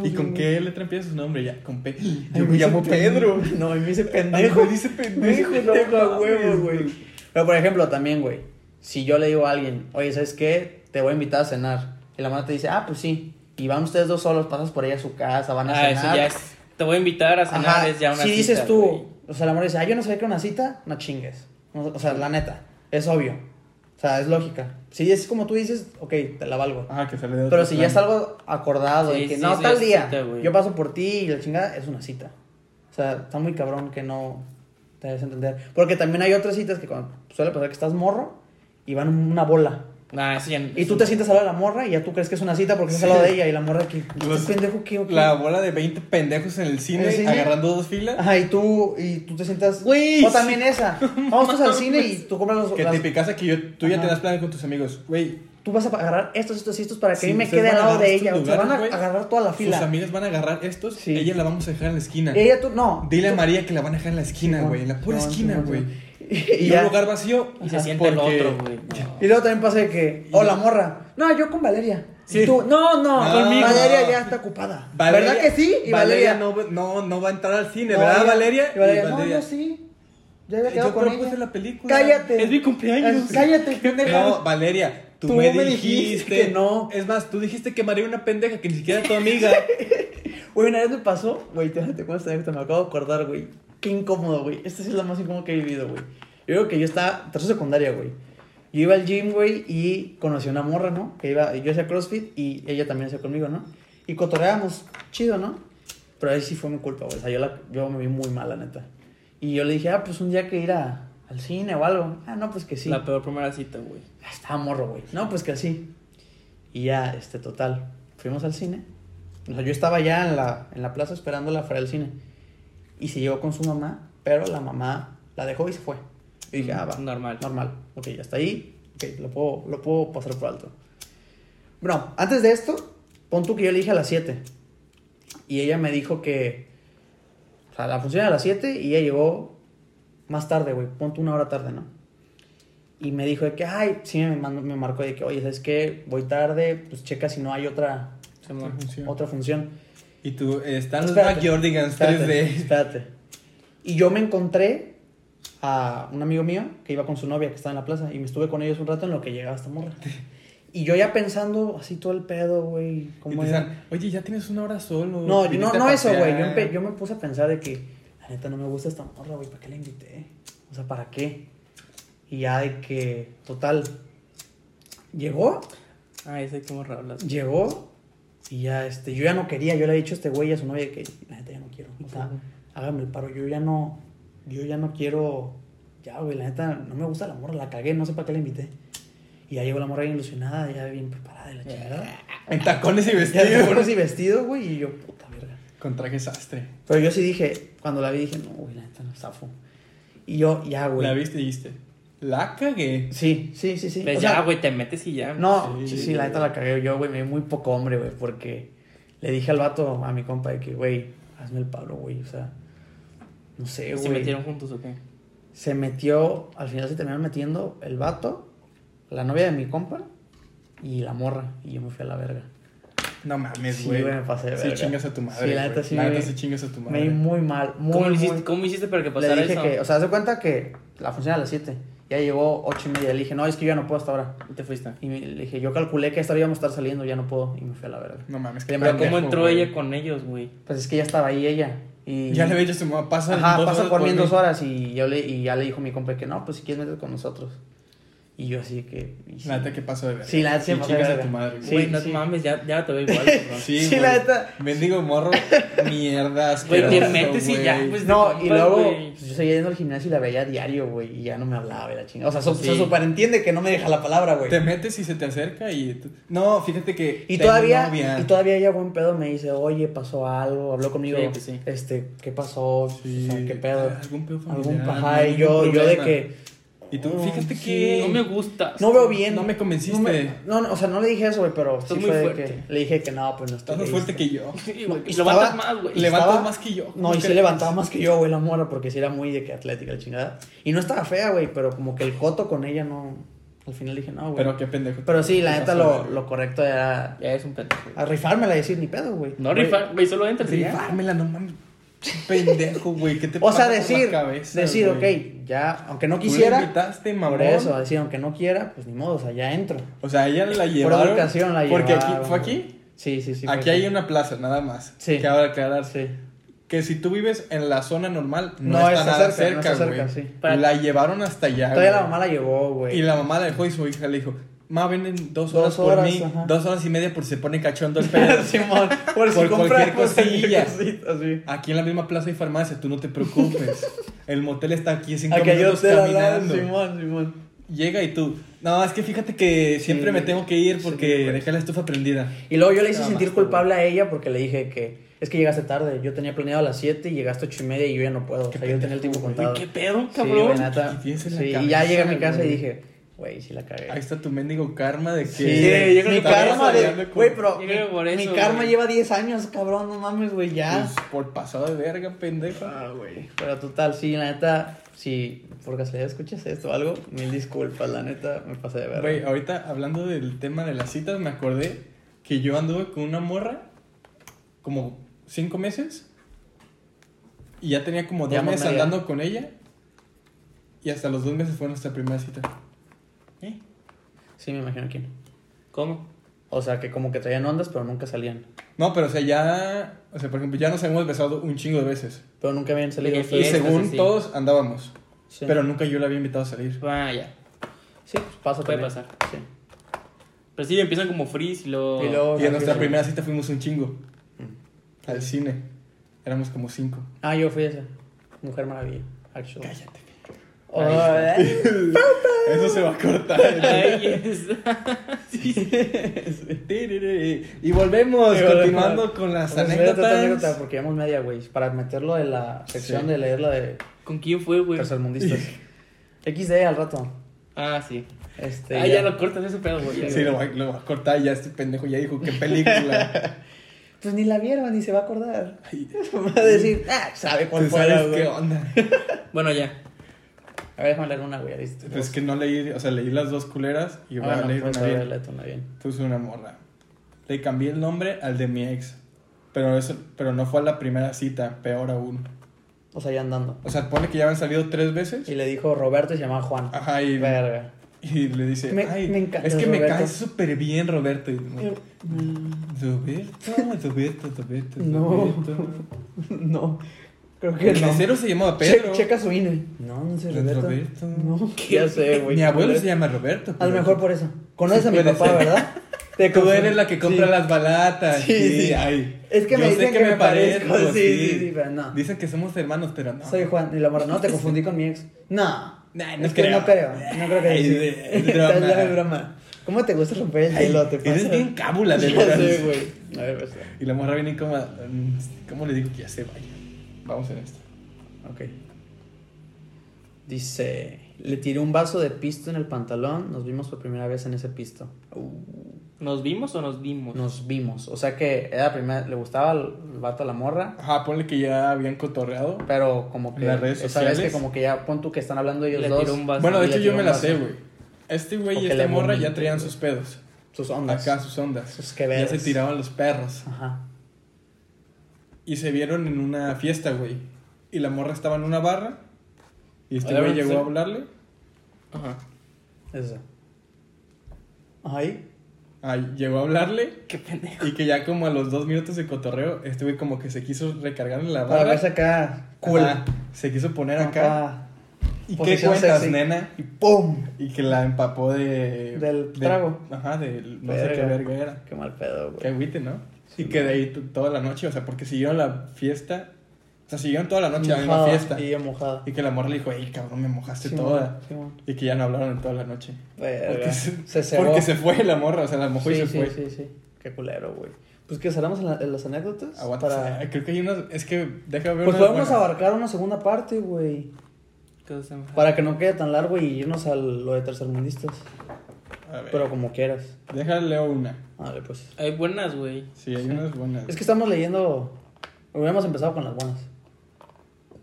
A: ¿y con qué letra empieza su nombre? Ya, con P.
B: Ay,
A: Yo me
B: hice
A: llamo Pedro.
B: pendejo. No, y me dice
A: Ah,
B: pendejo.
A: me dice
B: Me dice
A: pendejo.
B: pendejo
A: no
B: a huevo,
A: mames,
B: güey. Pero por ejemplo, también, güey. Si yo le digo a alguien, oye, ¿sabes qué? Te voy a invitar a cenar. Y la mamá te dice, ah, pues sí. Y van ustedes dos solos, pasas por ahí a su casa, van a
C: Ah, eso
B: cenar.
C: ya es. Te voy a invitar a cenar,
B: Ajá,
C: es ya una
B: si
C: cita,
B: dices tú,
C: güey.
B: o sea, la morra dice, ah, yo no sabía que era una cita, no chingues. No, o sea, la neta, es obvio. O sea, es lógica. Si es como tú dices, ok, te la valgo.
A: Ajá, Ah, que sale de
B: Pero
A: otro
B: si ya
A: plan.
B: es algo acordado
C: Sí,
B: y que
C: sí,
B: no,
C: sí,
B: tal
C: es
B: día,
C: cita, güey.
B: yo paso por ti y la chingada, es una cita. O sea, está muy cabrón que no te debes entender. Porque también hay otras citas que cuando suele pasar que estás morro y van una bola.
C: Nah, Ah, eso ya.
B: Y tú te sientas al lado de la morra y ya tú crees que es una cita porque estás al lado de ella y la morra que...
A: Los-
B: ¿Este pendejo qué o qué?"
A: La bola de 20 pendejos en el cine
B: Eh, sí, sí.
A: agarrando dos filas.
B: Ajá, y tú, y tú te sientas.
A: Güey,
B: O también esa. Vamos todos al cine y tú compras los.
A: Que
B: las-
A: tipicaza que yo, tú ya
B: Ajá.
A: tenías planes con tus amigos. Güey,
B: Tú vas a agarrar estos, estos y estos para que
A: Sí,
B: a mí me
A: ustedes
B: quede al
A: van a
B: lado de
A: agarrar
B: ella.
A: estos
B: O sea, van a
A: lugares, güey.
B: agarrar toda la
A: sus
B: fila.
A: amigas van a agarrar estos.
B: Sí.
A: Ella la vamos a dejar en la esquina.
B: Ella tú, no.
A: Dile a
B: tú-
A: María que la van a dejar en la esquina,
B: Simón,
A: güey. En la pura
B: Simón,
A: esquina,
B: Simón,
A: güey.
B: Simón.
A: Y,
B: Y,
A: un
B: ya.
A: lugar vacío.
C: Y se siente
A: porque-
C: el otro, güey. No.
B: Y luego también pasa de que. Hola, morra. No, yo con Valeria.
A: Sí.
B: Y tú, no, no,
A: No,
B: conmigo.
A: no.
B: Valeria ya está ocupada.
A: Valeria-
B: ¿Verdad que sí? Y Valeria.
A: no, va- no, no va a entrar al cine,
B: No,
A: ¿verdad,
B: ya-
A: Valeria?
B: y Valeria,
A: Y
B: No,
A: Valeria,
B: yo sí. Ya había
A: "Yo
B: quedado con
A: propuse
B: ella.
A: la película.
B: Cállate.
C: Es mi cumpleaños.
B: Eh, Cállate, pendeja.
A: No, Valeria, tú,
B: Tú
A: me,
B: me
A: dijiste.
B: dijiste que no.
A: Es más, tú dijiste que María era una pendeja que ni siquiera era tu amiga.
B: Güey, una vez me pasó, güey, te te cuento esta anécdota, me acabo de acordar, güey. Qué incómodo, güey. Esta sí es la más incómoda que he vivido, güey. Yo creo que yo estaba en tercero de secundaria, güey. Yo iba al gym, güey, y conocí a una morra, ¿no? Que iba, yo hacía CrossFit y ella también hacía conmigo, ¿no? Y cotorreábamos, chido, ¿no? Pero ahí sí fue mi culpa, güey. O sea, yo, la- yo me vi muy mal, la neta. Y yo le dije, ah, pues un día que ir a- al cine o algo. Ah, no, pues que sí.
C: La peor primera cita, güey.
B: Estaba morro, güey. No, pues que así. Y ya, este, total. Fuimos al cine. O sea, yo estaba ya en la, en la plaza esperándola fuera del cine. Y se llegó con su mamá, pero la mamá la dejó y se fue. Y dije, ah, va.
C: Normal.
B: Normal. Ok, hasta ahí. Ok, lo puedo, lo puedo pasar por alto. Bueno, antes de esto, pon tú que yo le dije a las 7. Y ella me dijo que. O sea, la función era a las 7 y ella llegó más tarde, güey. Pon tú una hora tarde, ¿no? Y me dijo de que, ay, sí me, mandó- me marcó de que, oye, ¿sabes qué? Voy tarde, pues checa si no hay otra,
C: Simón.
A: Función.
B: otra función.
A: Y tú, eh, están los
B: Espérate,
A: Black Jordigans
B: espérate,
A: 3D.
B: Espérate. Y yo me encontré a un amigo mío que iba con su novia que estaba en la plaza y me estuve con ellos un rato en lo que llegaba esta morra. Y yo ya pensando así todo el pedo, güey.
A: Y
B: ¿Cómo
A: te
B: era?
A: dicen, oye, ya tienes una hora solo.
B: No, yo-
A: viniste
B: no,
A: a
B: no eso, güey. Yo,
A: pasear".
B: empe- yo me puse a pensar de que, la neta, no me gusta esta morra, güey. ¿Para qué la invité? O sea, ¿para qué? Y ya de que, total, llegó,
C: Ay, sé cómo hablas.
B: llegó y ya, este, yo ya no quería. Yo le había dicho a este güey y a su novia que, la neta, ya no quiero. O sea, hágame el paro. Yo ya no, yo ya no quiero, ya, güey, la neta, no me gusta la morra. La cagué, no sé para qué la invité. Y ya llegó la morra bien ilusionada, ya bien preparada de la chingada.
A: En tacones y
B: Ya se pone
A: vestidos.
B: así vestido, güey, y yo, puta verga.
A: Con traje sastre.
B: Pero yo sí dije, cuando la vi dije, no, güey, la neta no zafo. Y yo, ya, güey.
A: La viste y dijiste, la cagué.
B: Sí, sí, sí, sí.
C: Pues
B: O
C: ya,
B: sea,
C: güey, te metes y ya.
B: No,
A: Sí.
B: sí, sí, la neta la cagué yo, güey, me vi muy poco hombre, güey, porque le dije al vato, a mi compa, de que, güey, hazme el paro, güey, o sea, no sé, güey.
C: ¿Se metieron juntos o qué?
B: se metió, al final se terminaron metiendo el vato, la novia de mi compa y la morra, y yo me fui a la verga.
A: No mames,
B: Sí,
A: güey.
B: güey, me pasé de
A: Sí,
B: verga.
A: chingas a tu madre.
B: Sí, la
A: güey.
B: neta sí
A: La
B: me-
A: neta sí chingas a tu
B: Me vi
A: madre.
B: muy mal, muy,
C: ¿Cómo, lo
B: muy-
C: hiciste, ¿Cómo hiciste para que
B: Le
C: pasara
B: dije
C: eso?
B: que, o sea, haz de cuenta que la función era a las 7. Ya llegó 8 y media. Le dije, no, es que yo ya no puedo hasta ahora.
C: Y Te fuiste.
B: Y me- le dije, yo calculé que a esta hora íbamos a estar saliendo, ya no puedo. Y me fui a la verga.
A: No mames, qué
B: Pero ¿cómo
C: Pero ¿cómo
A: pendejo,
C: entró
A: güey.
C: ella con ellos, güey?
B: Pues es que ya estaba ahí ella. Y
A: Ya le había dicho a su mamá, pasa
B: Ajá,
A: dos
B: pasa
A: horas
B: por mí en dos horas. Y, yo le, y ya le dijo mi compa que no, pues si quieres meterte con nosotros. Y yo así que. y sí.
A: La neta que pasó de verga.
B: Sí, la neta sí me pasé de
A: chingas a
B: verga.
A: tu madre. güey.
B: Sí,
C: Güey, no
B: sí.
C: mames, ya, ya te veo igual, cabrón.
A: Sí,
B: Sí,
A: güey.
B: la neta.
A: Mendigo morro, mierdas.
C: Güey, te metes y ya, pues.
B: No, y
C: compas,
B: luego
C: güey.
B: pues, yo seguía yendo al gimnasio y la veía a diario, güey. Y ya no me hablaba, y la chingada. O sea, so-
C: Sí.
B: se superentiende que no me deja la palabra, güey.
A: Te metes y se te acerca y... tú- No, fíjate que...
B: Y
A: tengo novia.
B: todavía, y todavía ella buen pedo me dice, oye, pasó algo, habló conmigo,
C: Sí, pues sí.
B: este, ¿qué pasó?
A: Sí. Ah,
B: O sea, ¿qué pedo?
A: Algún pedo familiar,
B: Algún
A: ¿no?
B: ajá, y
A: Algún
B: yo, yo de
A: problema.
B: que
A: Y tú,
B: Oh,
A: fíjate
B: sí.
A: que...
C: No me gustas.
B: no veo bien.
A: No me convenciste.
B: No, me- no, no, o sea, no le dije eso, güey, pero
C: Estás
B: sí
C: muy
B: fue de
C: fuerte.
B: que le dije que no, pues no estoy
A: Estás más
B: ahí,
A: fuerte
B: este.
A: que yo.
C: Sí, güey,
B: Y
C: levantas
B: estaba-
C: más, güey.
B: y
A: Levantas
B: estaba-
A: más que yo.
B: No, y sí
A: Ok.
B: levantaba más que yo, güey, la mora, porque sí era muy de que atlética, la chingada. Y no estaba fea, güey, pero como que el coto con ella no. Al final dije, no, güey.
A: Pero qué pendejo.
B: Pero sí, la
A: Te
B: neta,
A: pasó de
B: lo,
A: verga.
B: lo correcto era
C: Ya es un pendejo.
B: a rifármela y decir ni pedo, güey.
C: No
B: Güey,
C: rifar, güey, solo entras y ya.
A: Rifármela, no mames. Pendejo, güey. ¿Qué te
B: O sea,
A: pasa por la
B: decir,
A: cabeza,
B: decir,
A: güey?
B: ok, ya, aunque no
A: Tú le
B: quisiera,
A: invitaste, mamón.
B: por eso, decir, aunque no quiera, pues ni modo, o sea, ya entro.
A: O sea, ella la llevaron.
B: por educación la
A: Porque aquí,
B: llevaron,
A: fue
B: güey.
A: aquí.
B: Sí, sí, sí. fue
A: aquí hay una plaza, nada más.
B: Sí.
A: Que ahora aclararse.
B: Sí.
A: Que si tú vives en la zona normal, no,
B: No
A: está
B: está
A: nada
B: cerca, no
A: cerca,
B: está
A: güey.
B: cerca, sí.
C: Para-
A: La llevaron hasta allá.
B: Todavía la
A: güey.
B: mamá la llevó, güey.
A: Y la mamá la dejó y su hija le dijo: Ma, ven en dos
B: Dos
A: horas por
B: horas,
A: mí,
B: ajá.
A: dos horas y media por si se pone cachondo el pedo.
B: Simón, por,
A: Por
B: si
A: cualquier
B: compras pues,
A: cosilla.
B: cosita, sí.
A: Aquí en la misma plaza hay farmacia, tú no te preocupes. El motel está aquí a cinco
B: Aquí hay
A: minutos
B: hotel al lado,
A: caminando.
B: Simón, Simón.
A: Llega y tú, no, es que fíjate que siempre me
B: güey.
A: tengo que ir porque
B: Sí, pues. güey.
A: dejé la estufa prendida.
B: Y luego yo le hice
A: Nada
B: sentir
A: más, güey.
B: culpable a ella porque le dije que es que llegaste tarde. Yo tenía planeado a las 7 y llegaste a 8 y media y yo ya no puedo. O sea, yo tenía el tiempo
A: pendejo,
B: contado.
C: ¿Qué pedo,
B: Sí,
C: cabrón?
B: güey, neta.
A: ¿Qué tienes en la
B: Sí, y
A: cabeza,
B: ya llegué a mi casa
A: güey?
B: y dije, güey, sí la cagué.
A: Ahí está tu mendigo karma de que.
B: Sí,
C: Sí, yo creo
B: mi
C: que también
B: karma
C: está
B: de. Güey, pero. Mi,
C: Yo creo que por
B: mi
C: eso,
B: karma
C: güey.
B: lleva 10 años, cabrón, no mames, güey, ya.
A: Pues, por pasado de verga, pendejo.
B: Ah, güey. Pero total, sí, la neta, si por casualidad escuchas esto o algo, mil disculpas, la neta, me pasé de verga.
A: Güey, oh. ahorita hablando del tema de las citas, me acordé que yo anduve con una morra como cinco meses y ya tenía como dos
B: Ya
A: meses
B: mamá, ya.
A: andando con ella y hasta los dos meses fue nuestra primera cita. ¿Eh?
B: Sí, me imagino quién.
C: ¿Cómo?
B: O sea, que como que traían ondas, pero nunca salían.
A: No, pero o sea, ya. O sea, por ejemplo, ya nos hemos besado un chingo de veces.
B: Pero nunca habían salido.
C: Y-
A: Y
B: ustedes.
C: Fiestas,
A: según
C: así.
A: todos andábamos.
B: Sí.
A: Pero nunca yo la había invitado a salir.
C: Ah, ya.
B: Sí, pues pasa
C: Puede
B: también.
C: pasar.
B: Sí.
C: Pero sí, empiezan como freeze y luego.
B: Y luego-
A: Y en nuestra
B: sí.
A: primera cita fuimos un chingo. Al cine. Éramos como cinco.
B: Ah, yo fui esa. Mujer Maravilla, actually.
A: Cállate. Eso se va a cortar.
C: Ay, yes.
A: y volvemos,
B: Y volvemos.
A: continuando con las
B: Vamos a hacer otra anécdota,
A: anécdotas.
B: porque llevamos media, güey. Para meterlo en la sección
A: Sí.
B: de leerla de
C: ¿Con quién fue, güey?
B: tercermundistas. XD al rato.
C: Ah, sí.
B: Este,
C: ah, ya lo cortas ese pedo, güey.
B: pues.
C: ya,
A: Sí,
C: güey.
A: lo va, lo va a cortar. Ya este pendejo ya dijo qué película.
B: Pues ni la vieron, ni se va a acordar.
A: Ay,
B: Va a decir, ah, sabe cuál
A: ¿Tú
B: fue. la,
A: sabes
B: güey.
A: qué onda?
C: Bueno, ya.
B: A ver, déjame leer una, güey. Ah, listo.
A: Pues que no leí, o sea, leí las dos culeras y
B: Ah,
A: voy a
B: bueno,
A: leer
B: pues,
A: una
B: a ver,
A: bien.
B: léete una bien.
A: Puse una morra. Le cambié el nombre al de mi ex. Pero, eso, pero no fue a la primera cita, peor aún.
B: O sea, ya andando.
A: O sea, pone que ya habían salido tres veces.
B: Y le dijo Roberto y se llamaba Juan.
A: Ajá, y,
B: Verga.
A: y le dice:
B: Me-
A: Ay,
B: me encanta
A: es que me
B: Roberto".
A: caes súper bien, Roberto. Y, Roberto, Roberto, Roberto.
B: No.
A: Roberto.
B: No. Creo que
A: El
B: no.
A: mesero se llamaba
B: Che-
A: Pedro.
B: checa su INE. No, no sé,
A: Es
B: Roberto.
A: Roberto.
B: No, ya sé, güey.
A: Mi abuelo se llama Roberto.
B: A lo
A: pero-
B: mejor por eso. Conoces a mi
A: puede
B: papá,
A: ser.
B: ¿verdad? Te
A: Tú
B: confundes.
A: eres la que compra
B: Sí.
A: las balatas.
B: Sí,
A: Sí,
B: sí.
A: ay.
B: Es que me
A: Yo sé
B: dicen que me parezco, sí, sí, sí, pero no.
A: Dicen que somos hermanos, pero no.
B: Soy Juan. Y la morra, no, te confundí con mi ex. No.
A: Nah,
B: es que no creo. No creo que
A: Ay,
B: sí.
A: de-
B: Es
A: es drama.
B: broma. ¿Cómo te gusta romper el
A: Ay,
B: hielo? ¿Te pasa?
A: eres bien cábula, de
B: Ya sé,
A: verdad.
B: güey. A ver, pues.
A: Y la morra viene como. a- mm, ¿Cómo le digo que ya se vaya? Vamos en esto.
B: Ok. Dice, le tiré un vaso de pisto en el pantalón, nos vimos por primera vez en ese pisto.
C: ¿Nos vimos o nos dimos?
B: Nos vimos. O sea que era la primera, le gustaba el, el vato a la morra,
A: Ajá, ponle que ya habían cotorreado.
B: pero como que...
A: En las redes
B: esa vez
A: sociales.
B: que como que ya pon tú que están hablando ellos
C: Le
B: dos.
C: tiró un vaso.
A: Bueno, de
B: y
A: hecho
B: le
A: yo
B: tiró
A: me
B: un
A: la
B: vaso.
A: sé, güey. Este güey y
B: Porque
A: esta
B: le
A: morra ya
B: vomité,
A: traían
B: güey.
A: sus pedos.
B: Sus ondas.
A: Acá sus ondas.
B: Sus que
A: Ya
B: veres.
A: se tiraban los perros.
B: Ajá.
A: Y se vieron en una fiesta, güey. Y la morra estaba en una barra. Y este
C: Hola,
A: güey
C: Marcelo.
A: llegó a hablarle.
C: Ajá.
B: Eso. Ay.
A: Ay, llegó a hablarle.
C: Qué pendejo.
A: Y que ya como a los dos minutos de cotorreo, este güey como que se quiso recargar en la
B: Para
A: barra.
B: verse acá. Cool.
A: Ajá, se quiso poner acá. ¿Y qué
B: posición
A: cuentas,
B: sexy.
A: nena?
B: Y ¡pum!
A: Y que la empapó de...
B: Del
A: de-
B: trago.
A: Ajá, del... No sé
B: Verga.
A: qué verga era.
B: Qué mal pedo,
A: Qué
B: güey.
A: agüite, ¿no? Y que de ahí t- toda la noche, o sea, porque siguieron la fiesta. O sea, siguieron toda la noche la misma
B: Mojada,
A: fiesta.
B: Y
A: Y,
B: yo mojada.
A: que la morra le dijo, ey, cabrón, me mojaste
B: Simón,
A: toda.
B: Simón.
A: Y que ya no hablaron en toda la noche.
B: Verga.
A: Porque se,
B: Se cebó.
A: porque se fue la morra, o sea, la mojó
B: sí,
A: y se
B: sí,
A: fue.
B: sí, sí. Qué culero, güey. Pues que cerramos en, la- en las anécdotas.
A: Aguanta,
B: para...
A: Creo que hay unas. Es que deja ver unas
B: Pues podemos
A: buenas.
B: abarcar una segunda parte, güey.
C: ¿Qué cosa más?
B: Para que no quede tan largo y irnos a lo de tercermundistas.
A: A ver,
B: Pero como quieras.
A: Deja leo una.
B: Vale, pues.
C: Hay buenas, güey.
A: Sí, hay unas buenas.
B: Es que estamos leyendo. Hubiéramos empezado con las buenas.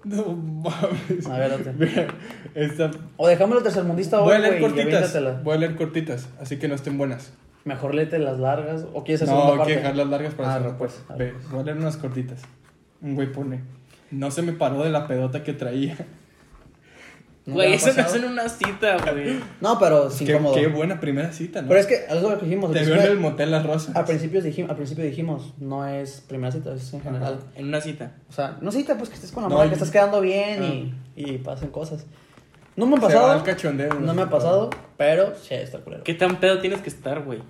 A: No mames.
B: A ver, date.
A: Mira, esta.
B: O dejamos la tercermundista
A: Voy a
B: hoy, güey.
A: leer
B: y
A: cortitas.
B: aviéntatela.
A: Voy a leer cortitas, así que no estén buenas.
B: Mejor léete las largas. O quieres hacer
A: No,
B: segunda
A: hay que
B: parte.
A: dejar las largas para
B: Ah,
A: hacer
B: pues, ah,
A: Ve, voy a leer unas cortitas. Un güey pone. No se me paró de la pedota que traía.
B: ¿Nunca
C: Güey,
B: me ha
C: eso no es
B: pasado?
C: en una cita, güey.
B: No, pero sin
A: Qué,
B: incómodo.
A: qué buena primera cita, ¿no?
B: Pero es que eso es lo que dijimos.
A: Te
B: al
A: veo en el
B: principio-
A: motel Las Rosas.
B: al, principio dijimos, al principio dijimos, no es primera cita, es en general.
A: Ajá.
C: En una cita.
B: O sea, no cita, pues que estés con la
A: No,
B: morra,
A: y- ah.
B: que estás quedando bien y, y pasen cosas. No me ha
A: Se va al
B: pasado.
A: cachondeo,
B: No me
A: sé.
B: ha pasado, pero sí, está culero.
C: ¿Qué tan pedo tienes que estar, güey?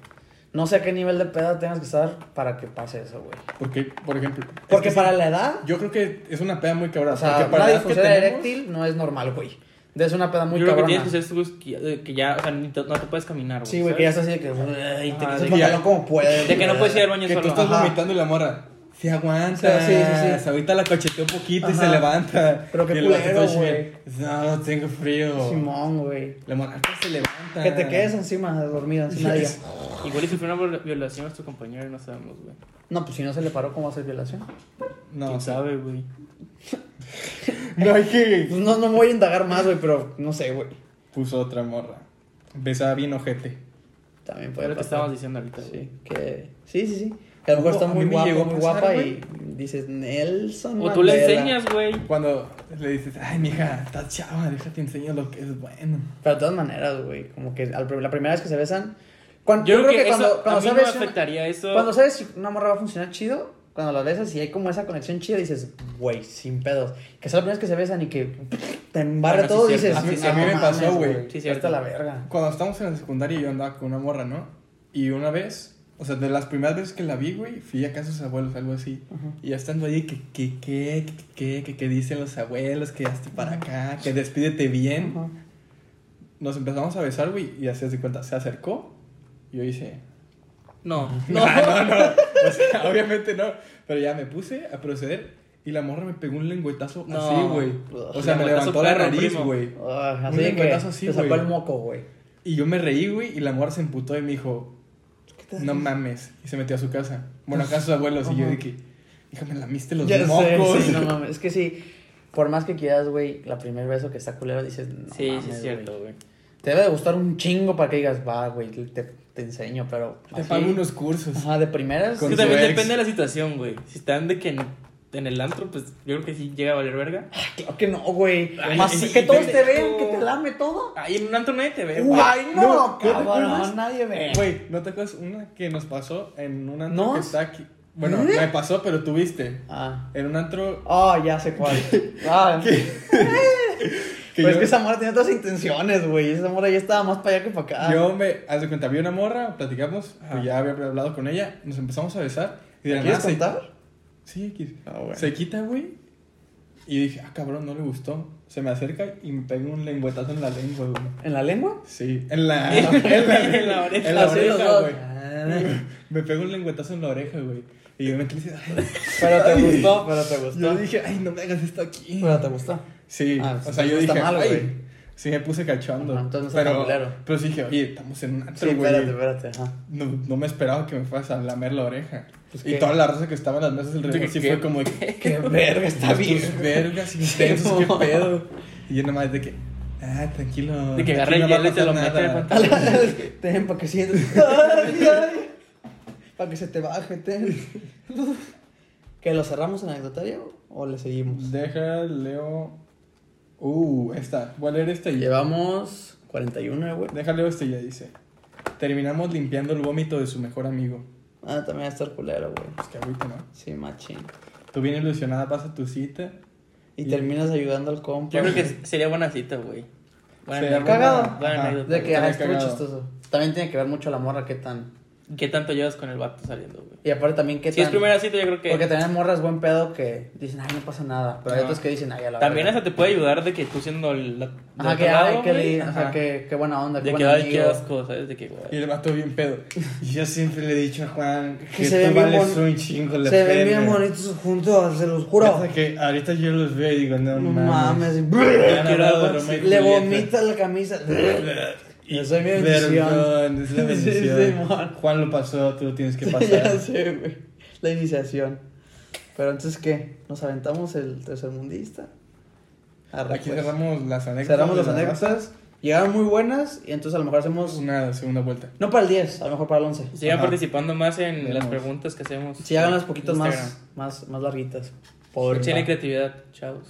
B: No sé a qué nivel de peda tengas que estar para que pase eso, güey.
A: Porque, por ejemplo. es
B: Porque
A: que sí,
B: para la edad,
A: Yo creo que es una peda muy cabrona.
B: o sea,
A: porque para
B: una
A: la edad que
B: disfunción
A: tenemos-
B: eréctil no es normal, güey. Es una peda muy
C: Yo creo que
B: cabrona.
C: tienes que ser seguro que ya- que ya, o sea, ni te- no te puedes caminar, güey.
B: Sí, güey, que ya
C: ¿sabes?
B: está así de que. "Ay, te quito
C: Ajá, de
B: el
A: Ah, que ya-
B: pantalón como puedes.
C: De que no
B: güey".
C: puedes ir al baño
A: Que tú
C: solo.
A: estás
B: Ajá.
A: vomitando y la morra. Se
B: O sea,
A: aguanta.
B: sí, sí, sí.
A: Ahorita la cocheteó un poquito y
B: Ajá.
A: se levanta.
B: Pero qué
A: Y el vato
B: culero,
A: todo así
B: güey.
A: bien, No, tengo frío.
B: Simón, güey.
A: La morra "Ahorita se levanta.
B: Que te quedes encima, dormido, encima de ella.
A: Ah. Yes.
C: Igual y sufrió una viol- violación a tu compañero y no sabemos, güey.
B: No, pues si no se le paró, ¿cómo va a ser violación?
A: No,
C: ¿Quién
A: o sea,
C: sabe, güey?
A: no hay que.
B: Pues no, no me voy a indagar más, güey, pero no sé, güey.
A: Puso otra morra. Besaba bien ojete.
B: También
C: Fue
B: puede
C: lo que
B: pasar.
C: estábamos diciendo ahorita, güey.
B: Sí, que... Sí, sí, sí. Que a lo mejor
A: No,
B: está
A: a
B: muy
A: mí me
B: guapo,
A: llegó a
B: muy
A: pasar,
B: guapa y dices, Nelson
C: O tú le
B: Mandela".
C: enseñas, güey.
A: Cuando le dices, ay, mija, estás chava, déjate enseño lo que es bueno.
B: Pero de todas maneras, güey, como que al prim- la primera vez que se besan... cuan-
C: Yo, creo que, eso,
B: cuando, cuando
C: a mí
B: sabes
C: no me afectaría eso.
B: una- cuando sabes si una morra va a funcionar chido, cuando la besas y hay como esa conexión chida, dices, güey, sin pedos. Que son las primeras que se besan y que te embarra
C: Bueno, sí,
B: todo,
C: cierto.
B: dices...
A: A mí-
B: "No
A: a mí me
B: mames,
A: pasó, güey.
C: Sí,
B: Hasta
C: cierto.
B: la verga.
A: Cuando estábamos en la secundaria yo andaba con una morra, ¿no? Y una vez O sea, de las primeras veces que la vi, güey, fui a casa de sus abuelos, algo así.
B: Ajá.
A: Y ya estando ahí, que, que, que, que, que, que dicen los abuelos, que hazte para acá, que despídete bien.
B: Ajá.
A: Nos empezamos a besar, güey, y así de cuenta, se acercó. Y yo hice.
C: No,
A: No, Ah, no, no. O sea, obviamente no. Pero ya me puse a proceder y la morra me pegó un lengüetazo
C: No.
A: así, güey. O sea, me
C: Lengüetazo
A: levantó la
C: perro,
A: nariz,
C: primo.
A: güey.
B: Ah,
A: Un
B: así que
A: lengüetazo así,
B: te sacó
A: güey.
B: el moco, güey.
A: Y yo me reí, güey, y la morra se emputó y me dijo, no mames. Y se metió a su casa. Bueno, acá a sus abuelos. Y yo
B: Ajá.
A: dije, hija, me lamiste los
B: Ya sé,
A: mocos.
B: sí, no mames. Es que sí, por más que quieras, güey, la primer beso que está culero dices, no
C: Sí, sí,
B: mames,
C: es cierto, güey.
B: güey. Te debe de gustar un chingo para que digas, va, güey, te, te enseño, pero.
A: Te
B: así-
A: pago unos cursos.
B: Ajá, de primeras.
A: Con
C: Es
A: su
C: que también
A: ex.
C: depende de la situación, güey. Si están de que en, en el antro, pues yo creo que sí llega a valer verga.
B: Claro que no, güey.
C: Ay,
B: Más
C: es-
B: que todos te
C: pendejo.
B: vean, que te lame todo.
C: Ahí en un antro nadie te ve, güey.
B: Ay, no,
A: no, ¿qué te acuerdas?
B: cabrón, nadie ve.
A: Güey, ¿no te acuerdas una que nos pasó en un antro
B: ¿Nos?
A: que está aquí? Bueno,
B: ¿Eh?
A: me pasó, pero tuviste.
B: Ah.
A: En un antro
B: Oh, ya sé cuál. Ah,
A: que
B: Pero es
A: yo,
B: que esa mora tenía otras intenciones, güey. Esa mora ya estaba más para allá que para acá.
A: yo me... Haz de cuenta, vi una morra, platicamos,
B: Ah, Ajá.
A: pues ya había hablado con ella, nos empezamos a besar. Y de
B: ¿Me
A: la
B: ¿Quieres
A: nada se-
B: contar?
A: Sí, X.
B: Ah, bueno.
A: Se quita, güey. Y dije, ah, cabrón, no le gustó. Se me acerca y me pega un lengüetazo en la lengua, güey.
B: ¿En la lengua?
A: Sí, en la,
C: En la oreja.
A: En la
B: Así los
A: oreja,
B: dos.
A: güey. Me pega un lengüetazo en la oreja, güey. Y yo me quedé así, "Ay".
B: Pero te gustó, pero te gustó.
A: Yo dije, ay, no me hagas esto aquí.
B: Pero te gustó.
A: Sí,
B: Ah,
A: o
B: pues,
A: sea, yo
B: no está
A: dije,
B: mal,
A: "Ay".
B: güey.
A: Sí, me puse cachondo.
B: Ajá, entonces no está tan
A: pero,
B: culero.
A: pero sí dije, oye, estamos en un
B: Sí,
A: antro, güey.
B: espérate, espérate. Ajá.
A: No, no me esperaba que me fueras a lamer la oreja.
B: Pues,
A: y
B: ¿qué?
A: toda la raza que estaba en las mesas del
C: ¿Qué-
A: reloj sí
C: qué?
A: fue como... de que,
B: Qué verga, está bien.
A: Estos vergas intensos, qué
B: mamón.
A: pedo. Y yo nomás de que, ah, tranquilo.
C: De que
A: aquí
C: agarré el
A: va a
C: hielo y te
A: pasar
C: lo metí
A: nada".
C: al pantalón.
B: ten, para que sientas. Ay, ay. Para que se te baje, ten. ¿Que lo cerramos en anecdotario o le seguimos?
A: Deja, leo. Uh, esta. Voy a leer esta y ya.
B: Llevamos 41, güey.
A: Deja, leo esta y ya dice. Terminamos limpiando el vómito de su mejor amigo.
B: Ah, también va a estar culero, güey.
A: Pues que agüita, ¿no?
B: Sí, machín.
A: Tú bien ilusionada vas a tu cita.
B: Y
A: Y-
B: terminas ayudando al compa.
C: Yo creo que sería buena cita, güey. Bueno,
A: Sería
B: cagado.
A: buena-
C: Buena
A: Ajá.
C: anécdota.
B: De que
A: Estaría
B: ah, estuvo
A: cagado.
B: chistoso. También tiene que ver mucho la morra, qué tan.
C: ¿Qué tanto llevas con el vato saliendo, güey?
B: Y aparte también qué
C: Si es
B: tan-
C: primera cita, yo creo que.
B: Porque también hay morras buen pedo que dicen, ay, no pasa nada. Pero hay
C: Ajá.
B: otros que dicen, ay, a la
C: También
B: verga".
C: hasta te puede ayudar de que tú siendo el. la- del
B: Ajá, que,
C: otro
B: ay,
C: lado,
B: que
C: güey,
B: le- o sea,
C: ajá,
B: que, qué buena onda, qué
C: De
B: buen
C: que, ay, qué
B: amigo.
C: asco, ¿sabes? De que, güey.
A: Y el vato bien pedo. Y yo siempre le he dicho a Juan que,
B: se ven
A: tú
B: bien
A: vales
B: bon-
A: un chingo la
B: Se ven bien
A: pena.
B: bonitos juntos, se los juro.
A: Hasta que ahorita yo los veo y digo, no,
B: No
A: mames.
B: mames.
A: Ya han
C: Quiero
A: hablado de
C: algo
A: Romeo y
B: Le
A: Julieta.
B: vomita la camisa.
A: Y
B: Yo soy mi bendición.
A: Perdón, es la
B: Sí,
A: bendición.
B: Simón.
A: Juan lo pasó, tú lo tienes que
B: ya
A: pasar.
B: sé, güey. La iniciación. Pero entonces, ¿qué? ¿Nos aventamos el tercermundista? Arre,
A: Aquí
B: pues.
A: cerramos las anécdotas.
B: Cerramos
A: de
B: las
A: la
B: anécdotas. Llegaron muy buenas y entonces a lo mejor hacemos...
A: raza. Una segunda vuelta.
B: No para el 10, a lo mejor para el 11.
C: Sigan
A: Ajá.
C: participando más en
A: Vemos.
C: las preguntas que hacemos.
B: Si hagan
C: en
B: las poquitos
C: Instagram.
B: más, más, más larguitas. Por
C: Echenle creatividad, chavos.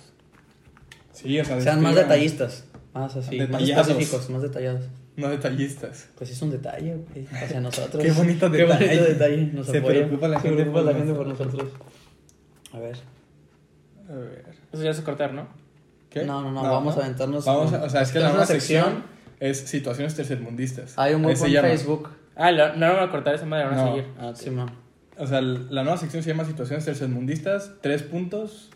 A: Sí, o sea,
B: Sean más
A: describan.
B: detallistas. Más así,
A: Detallados.
B: más específicos, más detallados.
A: No detallistas.
B: Pues es un detalle, güey, hacia nosotros.
A: Qué bonito
B: Qué bonito
A: detalle.
B: detalle. Nos
A: Se
B: apoya.
A: preocupa la
B: Se
A: gente
B: preocupa
A: por
B: la gente por
A: nosotros.
B: nosotros. A ver.
A: A ver.
C: Eso ya se cortar, ¿no?
A: ¿Qué?
B: No, no, no, vamos a aventarnos
A: Vamos a-
B: un-
A: o sea, es que la
B: tenemos
A: nueva
B: una sección.
A: sección es situaciones tercermundistas.
B: Hay un
A: Ahí
B: grupo
A: se
B: en
A: llama.
B: Facebook.
C: Ah, la- no, no van a cortar esa madre, van a
A: No.
C: seguir. Ah, ok.
B: Simón.
A: O sea, la nueva sección se llama situaciones tercermundistas. Tres puntos,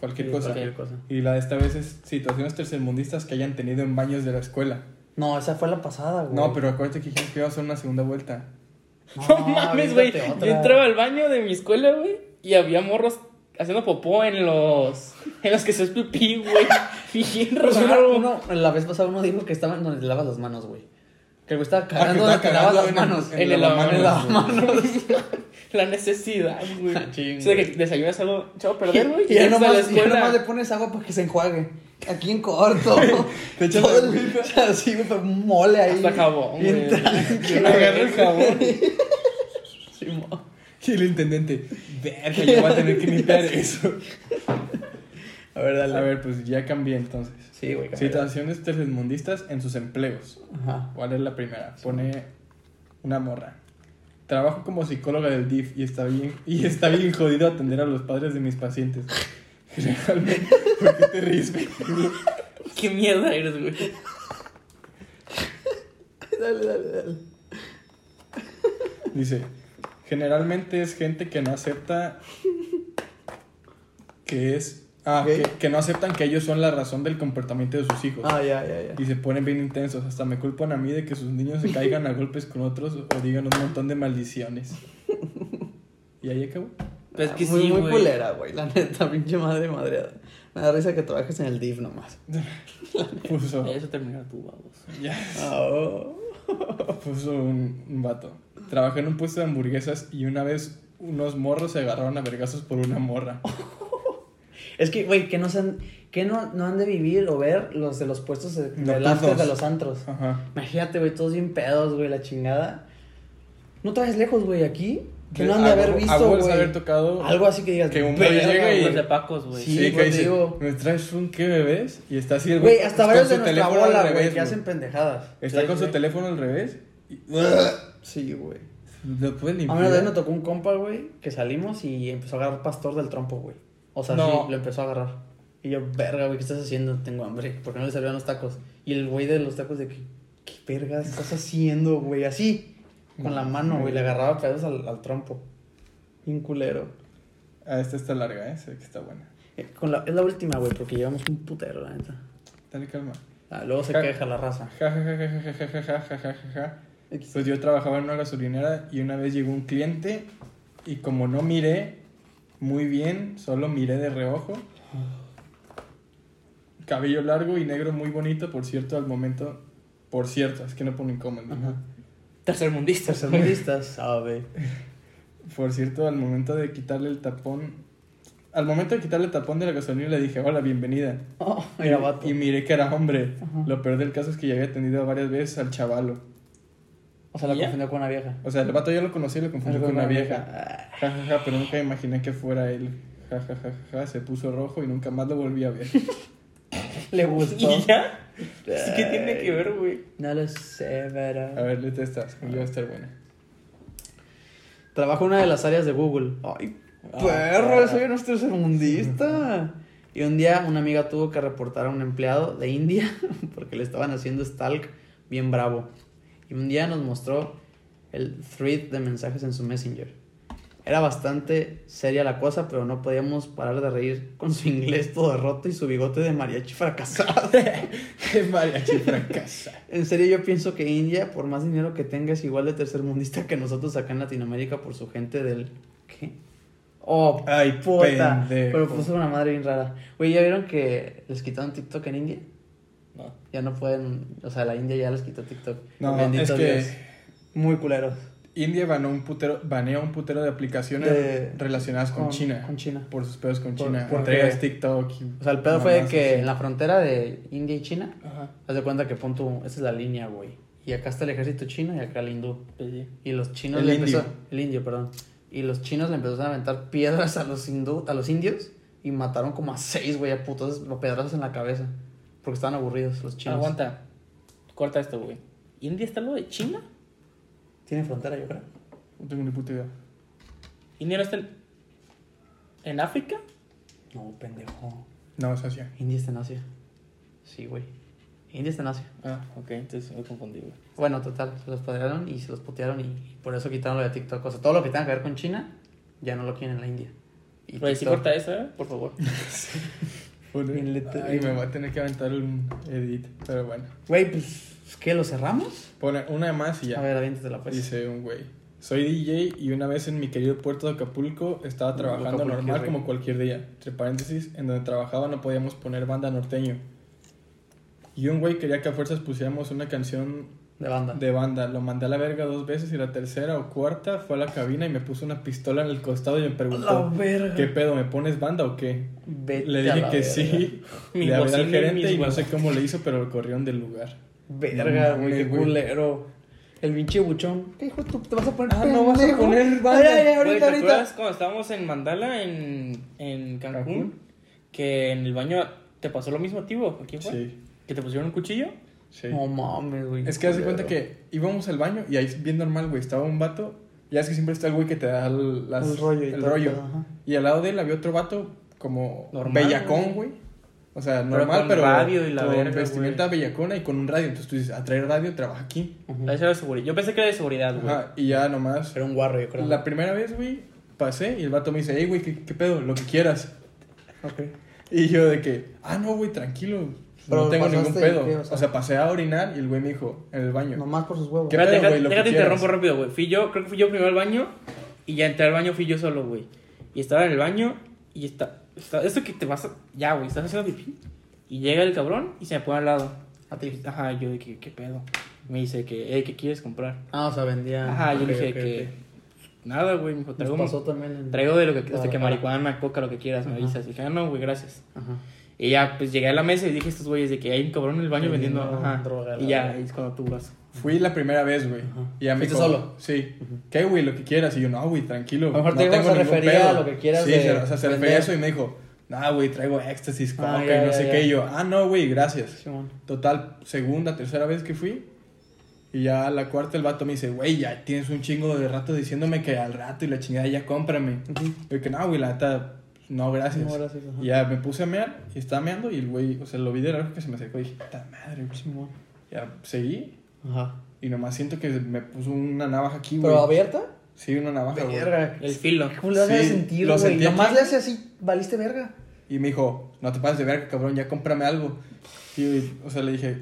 A: cualquier
B: Sí,
A: cosa.
B: cualquier cosa.
A: Y la de esta vez es situaciones tercermundistas que hayan tenido en baños de la escuela.
B: No, esa fue la pasada, güey.
A: No, pero acuérdate que dijimos que iba a hacer una segunda vuelta.
C: No mames, güey.
B: aviéntate
C: Yo
B: otra.
C: entraba al baño de mi escuela, güey, y había morros haciendo popó en los. en los que se es pipí, güey. Y bien
B: Pues uno,
C: raro.
B: uno- la vez pasada uno dijo que estaba en donde te lavas las manos, güey. Que el güey estaba
A: Ah, que
B: cagando donde te
A: estaba
B: lavas las
A: cagando
B: manos.
A: en- en
C: el
A: lavamanos,
B: En
A: güey.
B: el lavamanos.
C: La necesidad, güey.
B: Ah, chingo.
C: O sea, que desayunas algo, chavo, a perder, güey.
B: Y ya
C: llegas a la
B: nomás, ya
C: escuela.
B: nomás le pones agua para que se enjuague. Aquí en corto.
A: Te echas
B: Todo el-
A: agüita.
B: Así, güey, pero un mole ahí.
C: Hasta jabón,
B: Bien
C: güey.
B: tranqui,
A: Yo le agarro el jabón.
B: Simón.
A: Y el intendente, verga, yo voy a tener que limpiar eso.
B: A ver, dale.
A: A ver, pues ya cambié entonces.
B: Sí, güey. cámbiala.
A: Situaciones tercermundistas en sus empleos.
B: Ajá.
A: ¿Cuál es la primera? Pone una morra. Trabajo como psicóloga del DIF y está bien, y está bien jodido atender a los padres de mis pacientes. Generalmente, ¿por qué te ríes? güey?
C: Qué mierda eres, güey.
B: Dale, dale, dale.
A: Dice, Generalmente es gente que no acepta que es. Ah,
B: Ok.
A: que, que no aceptan que ellos son la razón del comportamiento de sus hijos.
B: Ah, ya, ya, ya.
A: Y se ponen bien intensos. Hasta me culpan a mí de que sus niños se caigan a golpes con otros o digan un montón de maldiciones. Y ahí acabó.
C: Pues es que
B: muy,
C: sí,
B: muy
C: güey.
B: culera, güey. La neta, pinche madre madreada. Me da risa que trabajes en el DIF nomás.
A: Puso,
C: Eso termina tú, vamos.
A: ya,
B: Oh.
A: puso un, un vato. Trabajé en un puesto de hamburguesas y una vez unos morros se agarraron a vergazos por una morra.
B: Es que, güey, que, no, sean, que no, no han de vivir o ver los de los puestos de, del after
A: Nocturnos.
B: de los antros.
A: Ajá.
B: Imagínate, güey, todos bien pedos, güey, la chingada. No traes lejos, güey, aquí. Que no han de
A: A
B: haber
A: huevo- a huevo
B: visto,
A: les
B: güey.
A: haber tocado
B: Algo así que digas,
A: que un
B: "Verga,
A: güey llega y-
C: Los de Pacos, güey.
B: Sí,
A: Sí, que
B: pues,
A: dice,
B: digo.
A: ¿me traes un qué bebés? Y está así el
B: Güey, hasta
A: con
B: varios
A: su
B: de nuestra
A: teléfono al
B: bola,
A: revés,
B: güey, que hacen pendejadas.
A: Está
B: Sí, Ah,
A: con su
B: güey.
A: teléfono al revés. y-
B: Sí, güey.
A: ¿Lo puedes
B: A
A: limpiar?
B: mí una vez me tocó un compa, güey, que salimos y empezó a agarrar pastor del trompo, güey. O sea,
A: No.
B: sí, lo empezó a agarrar. Y yo, verga, güey, ¿qué estás haciendo? Tengo hambre. ¿Por qué no le servían los tacos? Y el güey de los tacos de que, ¿qué verga estás haciendo, güey? Así, con la mano, güey, le agarraba pedazos al, al trompo. Bien culero.
A: Ah, esta está larga, ¿eh? Se ve que está buena.
B: Eh, con la- es la última, güey, porque llevamos un putero, la neta.
A: Dale calma.
B: Ah, luego se
A: Ja.
B: queja la raza.
A: Ja, ja, ja, ja, ja, ja, ja, ja, ja, ja, ja, ja. Pues yo trabajaba en una gasolinera y una vez llegó un cliente y como no miré muy bien, solo miré de reojo. Cabello largo y negro muy bonito, por cierto, al momento... Por cierto, es que no ponen comment. ¿no?
B: Ajá.
C: Tercermundista.
B: Tercermundistas, sabe.
A: Por cierto, al momento de quitarle el tapón... Al momento de quitarle el tapón de la gasolina le dije, hola, bienvenida.
B: Oh, mira, vato.
A: Y miré que era hombre.
B: Ajá.
A: Lo peor del caso es que ya había atendido varias veces al chavalo.
B: O sea, la
C: ¿Y ya?
B: confundió con una vieja.
A: O sea, el vato ya lo conocí y lo confundí con una vieja.
B: Ah.
A: Ja, ja, ja, pero nunca imaginé que fuera él. Ja, ja, ja, ja, ja, se puso rojo y nunca más lo volví a ver.
B: Le gustó.
C: ¿Y ya? Sí, ¿Qué tiene que ver, güey?
B: No lo sé,
A: A
B: pero.
A: ver, le testas, iba a estar buena.
B: Trabajo en una de las áreas de Google. Ah, Ay, perro, soy un tercermundista. Y un día una amiga tuvo que reportar a un empleado de India porque le estaban haciendo stalk bien bravo. Y un día nos mostró el thread de mensajes en su Messenger. Era bastante seria la cosa, pero no podíamos parar de reír con su inglés todo roto y su bigote de mariachi fracasado.
A: Qué mariachi fracasa.
B: En serio, yo pienso que India, por más dinero que tenga, es igual de tercermundista que nosotros acá en Latinoamérica por su gente del. ¿Qué? Oh,
A: Ay,
B: puta.
A: pendejo.
B: Pero puso una madre bien rara. Güey, ¿ya vieron que les quitaron TikTok en India?
C: No.
B: Ya no pueden. O sea, la India ya les quitó TikTok.
A: No,
B: Bendito
A: es que
B: Dios. Muy culeros.
A: India banó un putero, banea un putero de aplicaciones
B: De-
A: relacionadas con, China.
B: Con China.
A: Por sus pedos con
B: Por-
A: China.
B: ¿por
A: Entregas
B: qué?
A: TikTok. y
B: O sea, el pedo fue de
A: mamás
B: que
A: así.
B: en la frontera de India y China,
C: Ajá.
B: haz de cuenta que pon tu. Esa es la línea, güey. Y acá está el ejército chino y acá el hindú.
C: Pedí.
B: Y los chinos
A: El
B: le
A: indio.
B: empezó- el indio, perdón. Y los chinos le empezaron a aventar piedras a los hindú, a los indios y mataron como a seis, güey, a putos a pedrazos en la cabeza. Porque estaban aburridos los chinos.
C: Aguanta. Corta esto, güey. ¿India está lo de China?
B: Tiene frontera, yo creo.
A: No tengo ni puta idea.
C: ¿India no está en, en África?
B: No, pendejo.
A: No, es Asia.
B: India está en Asia. Sí, güey. India está en Asia.
C: Ah, ok, entonces me confundí, güey.
B: Bueno, total, se los padrearon y se los putearon y por eso quitaron lo de TikTok. O sea, todo lo que tenga que ver con China, ya no lo quieren en la India. Y
C: Pero si
B: TikTok-
C: corta eso, eh, por favor.
B: Bien letra-
A: Ay, me voy a tener que aventar un edit. Pero bueno.
B: Güey, pues, ¿qué? ¿Lo cerramos?
A: Pone una más y ya.
B: A ver, aviéntatela, pues.
A: Dice un güey. Soy DJ y una vez en mi querido puerto de Acapulco estaba trabajando
B: Acapulco,
A: normal
B: qué
A: como cualquier día. Entre paréntesis, en donde trabajaba no podíamos poner banda norteño. Y un güey quería que a fuerzas pusiéramos una canción
B: De banda.
A: de banda. Lo mandé a la verga dos veces y la tercera o cuarta fue a la cabina y me puso una pistola en el costado y me preguntó,
B: verga.
A: ¿qué pedo? ¿Me pones banda o qué?
B: Vete
A: Le
B: a
A: dije
B: la
A: que
B: verga.
A: sí.
C: Mi
A: Le hablé
C: bocina
A: al
C: y
A: gerente
C: mis
A: y no sé
C: huevos.
A: cómo le hizo, pero lo corrieron del lugar.
B: Verga,
A: No
B: güey,
A: mames,
B: qué
A: güey.
B: culero. El pinche buchón. ¿Qué hijo de tu- te vas a poner
A: Ah, no vas a
B: pendejo?
A: poner banda.
B: Ay, ay, ay,
C: Güey,
B: ahorita,
C: ¿Te
B: ahorita.
C: acuerdas cuando estábamos en Mandala, en, en Cancún,
A: Cancún.
C: Que en el baño te pasó lo mismo, tío. ¿Quién fue?
A: Sí,
C: Que te pusieron un cuchillo.
A: sí.
B: No mames, güey.
A: Es que haz de cuenta
B: culero.
A: que íbamos al baño y ahí es bien normal, güey. Estaba un vato. Ya es que siempre está el güey que te da el, las-
B: El rollo y
A: el
B: todo,
A: rollo.
B: ajá.
A: Y al lado de él había otro vato como
C: Normal,
A: bellacón,
C: güey.
A: güey. O sea,
D: Pero
A: normal,
D: con
A: pero.
D: radio y la
A: con
D: verga,
A: vestimenta bellacona y con un radio. Entonces tú dices, atraer radio, trabaja aquí.
D: Eso era de seguridad. Yo pensé que era de seguridad, güey.
A: Ajá, y ya nomás.
B: Era un guarro, yo creo.
A: La primera vez, güey, pasé y el vato me dice, hey, güey, ¿qué, qué pedo? Lo que quieras.
B: Ok.
A: Y yo de que, ah, no, güey, tranquilo. pues,
B: Pero
A: no tengo ningún
B: pasaste,
A: pedo.
B: ¿qué? O
A: o,
B: sea-
A: sea, pasé a orinar y el güey me dijo, en el baño.
B: Nomás por sus huevos.
A: ¿Qué
C: Espérate,
A: pedo,
C: deja-
A: güey? Lo que
C: déjate
A: quieras.
C: interrumpo rápido, güey. Fui yo, creo que fui yo primero al baño y ya entré al baño fui yo solo, güey. Y estaba en el baño y está, está esto que te vas a, ya, güey, estás haciendo pipí y llega el cabrón y se me pone al lado.
B: A ti.
C: Ajá, yo de que qué pedo. Me dice que, "Ey, ¿qué quieres comprar?"
B: Ah, o sea, vendía.
C: Ajá, yo
B: Ok,
C: le dije
B: ok,
C: que
B: ok.
C: nada, güey, me dijo,
B: Nos
C: "Traigo
B: pasó también en-
C: Traigo de lo que, hasta que
B: Guadalajara.
C: marihuana, coca, lo que quieras, me
B: Ajá.
C: avisas. Y dije, ah, no, güey, gracias.
B: Ajá.
C: Y ya, pues llegué a la mesa y dije a estos güeyes de que hay un cabrón en el baño
B: Vendiendo
C: vendiendo. Ajá.
B: droga, la
C: y ya,
B: verdad.
C: ahí es cuando tú vas.
A: Fui la primera vez, güey. Y ya me
B: ¿Fuiste
A: dijo,
B: solo?
A: Sí. ¿Qué, güey? Lo que quieras. Y yo, no, güey, tranquilo.
B: A lo mejor
A: no
B: te dijo que
A: tengo
B: se
A: ningún
B: refería
A: pedo".
B: a lo que quieras
A: Sí,
B: de
A: se- o sea, se refería
B: vender.
A: a eso y me dijo, no, güey, traigo éxtasis, coca
B: Ah,
A: y
B: ya,
A: no
B: ya,
A: sé
B: ya.
A: qué. Y yo, ah, no, güey, gracias.
B: Simón.
A: Total, segunda, tercera vez que fui. Y ya la cuarta el vato me dice, güey, ya tienes un chingo de rato diciéndome que al rato y la chingada ya cómprame. Yo que no, güey, la neta, no, gracias.
B: No, gracias, ajá.
A: Y ya me puse a mear y estaba meando y el güey, o sea, lo vi de lejos que se me secó y dije, puta madre, güey".
B: Simón.
A: Ya seguí
B: Ajá.
A: y nomás siento que me puso una navaja aquí, güey.
B: ¿Pero abierta?
A: Sí, una navaja, güey.
B: Verga.
C: El filo.
B: ¿Cómo le vas a
A: Sí,
B: sentir,
A: lo
B: güey?
A: sentí
B: Nomás
A: aquí.
B: le hace así, valiste verga.
A: Y me dijo, no te pases de verga, cabrón, ya cómprame algo. Y, o sea, le dije,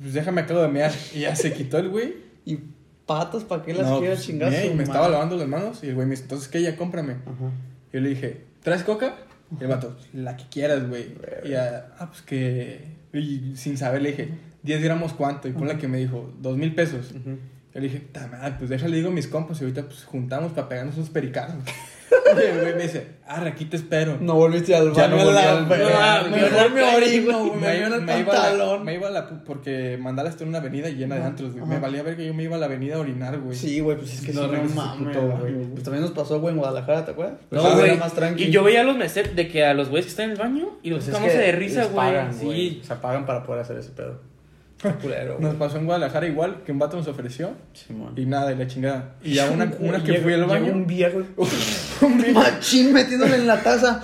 A: pues déjame acabo de mear. Y ya se quitó el güey.
B: ¿Y patas para qué las
A: No,
B: quieras
A: pues,
B: chingar?
A: me-
B: su
A: me estaba
B: madre?
A: lavando las manos y el güey me dice, entonces, ¿qué? Ya cómprame.
B: Ajá.
A: Yo le dije, ¿traes coca? Y el vato, la que quieras, güey. Y ya, ah, pues que... Y sin saber le dije, 10 gramos cuánto. Y fue la que me dijo, dos mil pesos. Yo le dije, "Ta madre, pues déjale, digo a mis compas y ahorita pues juntamos para pegarnos unos pericados. y el güey me dice, arre, aquí te espero.
B: No volviste al
A: Ya
B: baño.
A: no volví al
B: güey.
A: baño. Ah,
C: No, mejor me orino,
B: güey,
A: Me,
B: orino el
A: me iba a la,
B: pantalón.
A: me iba a la... pu- Porque Mandala está en una avenida llena de antros, güey. Me
B: Ajá.
A: valía ver que yo me iba a la avenida a orinar, güey.
B: Sí, güey, pues es que
A: No
B: sí, no
A: regresas a tu
B: mames,
A: puto
B: güey.
A: baño,
B: Pues también nos pasó, güey, en Guadalajara, ¿te acuerdas?
A: No,
B: Pues,
A: güey.
B: era más tranqui.
C: Y yo veía a los meseros de que a los güeyes que están en el baño y los
B: Pues es
C: estamos
B: que
C: de risa,
B: les
C: güey.
B: pagan,
C: Sí.
B: Se pagan para poder hacer ese pedo. Qué culero,
A: Nos
B: güey.
A: pasó en Guadalajara igual, que un vato nos ofreció
B: Simón.
A: y nada, y la chingada. Y ya una, una que
B: Llega-
A: fui al
B: llega
A: baño,
B: Un viejo. un viejo. Machín metiéndole en la taza.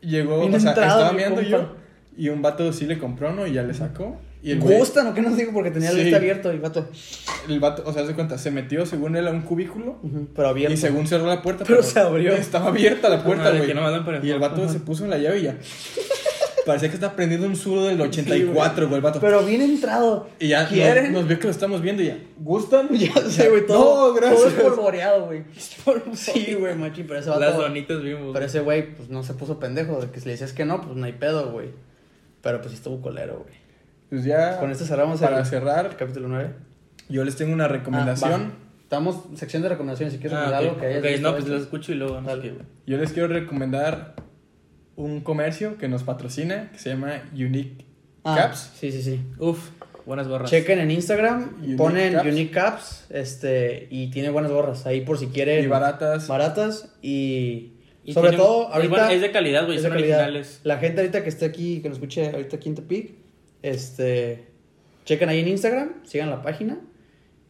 A: llegó,
B: bien
A: o sea,
B: entrado,
A: estaba
B: mi
A: viendo
B: compa.
A: yo, y un vato sí le compró, ¿no? Y ya le sacó. Y el güey-
B: Gustan, ¿o qué nos digo? Porque tenía el
A: Sí.
B: lista abierto y gato.
A: el vato, o sea, se cuenta, se metió según él a un cubículo.
B: Pero abierto.
A: Y según cerró la puerta,
B: Pero se abrió.
A: Estaba abierta la puerta,
C: Ajá, de
A: güey.
C: que no mandan para
A: y el vato se puso en la llave y ya. Parecía que está prendiendo un suro del 84, güey, el vato.
B: Pero bien entrado.
A: y ya nos,
B: ¿Quieren?
A: nos vio que lo estamos viendo y ya. ¿Gustan?
B: Ya sé, güey, todo.
A: No, gracias.
B: Todo es polvoreado, güey. Sí, güey, machín, pero ese vato.
C: Las donitas vimos.
B: Pero ese güey, pues no se puso pendejo. De que si le dices que no, pues no hay pedo, güey. Pero pues sí estuvo colero, güey.
A: Pues ya,
B: Con esto Ah, cerramos el-
A: para
B: el
A: cerrar,
B: capítulo 9.
A: yo les tengo una recomendación.
B: Estamos sección de recomendaciones. Si quieres
C: Ah,
B: recomendar
C: ok.
B: algo que hayas
C: Ok,
B: visto,
C: no, pues
B: güey.
C: los escucho y luego. no sé
B: Dale.
C: qué.
A: Yo les quiero recomendar un comercio que nos patrocina que se llama Unique
B: Ah,
A: Caps.
B: Sí, sí, sí.
C: Uf, buenas borras.
B: Chequen en Instagram,
A: Unique
B: ponen
A: Caps.
B: Unique Caps este, y tiene buenas gorras ahí por si quieren.
A: Y baratas.
B: eh, Baratas y,
C: Y
B: sobre
C: tienen-
B: todo
C: es
B: ahorita.
C: buena- es de calidad, güey,
B: es de
C: son
B: calidad.
C: originales.
B: La gente ahorita que esté aquí, que nos escuche ahorita aquí en Tepic, este, chequen ahí en Instagram, sigan la página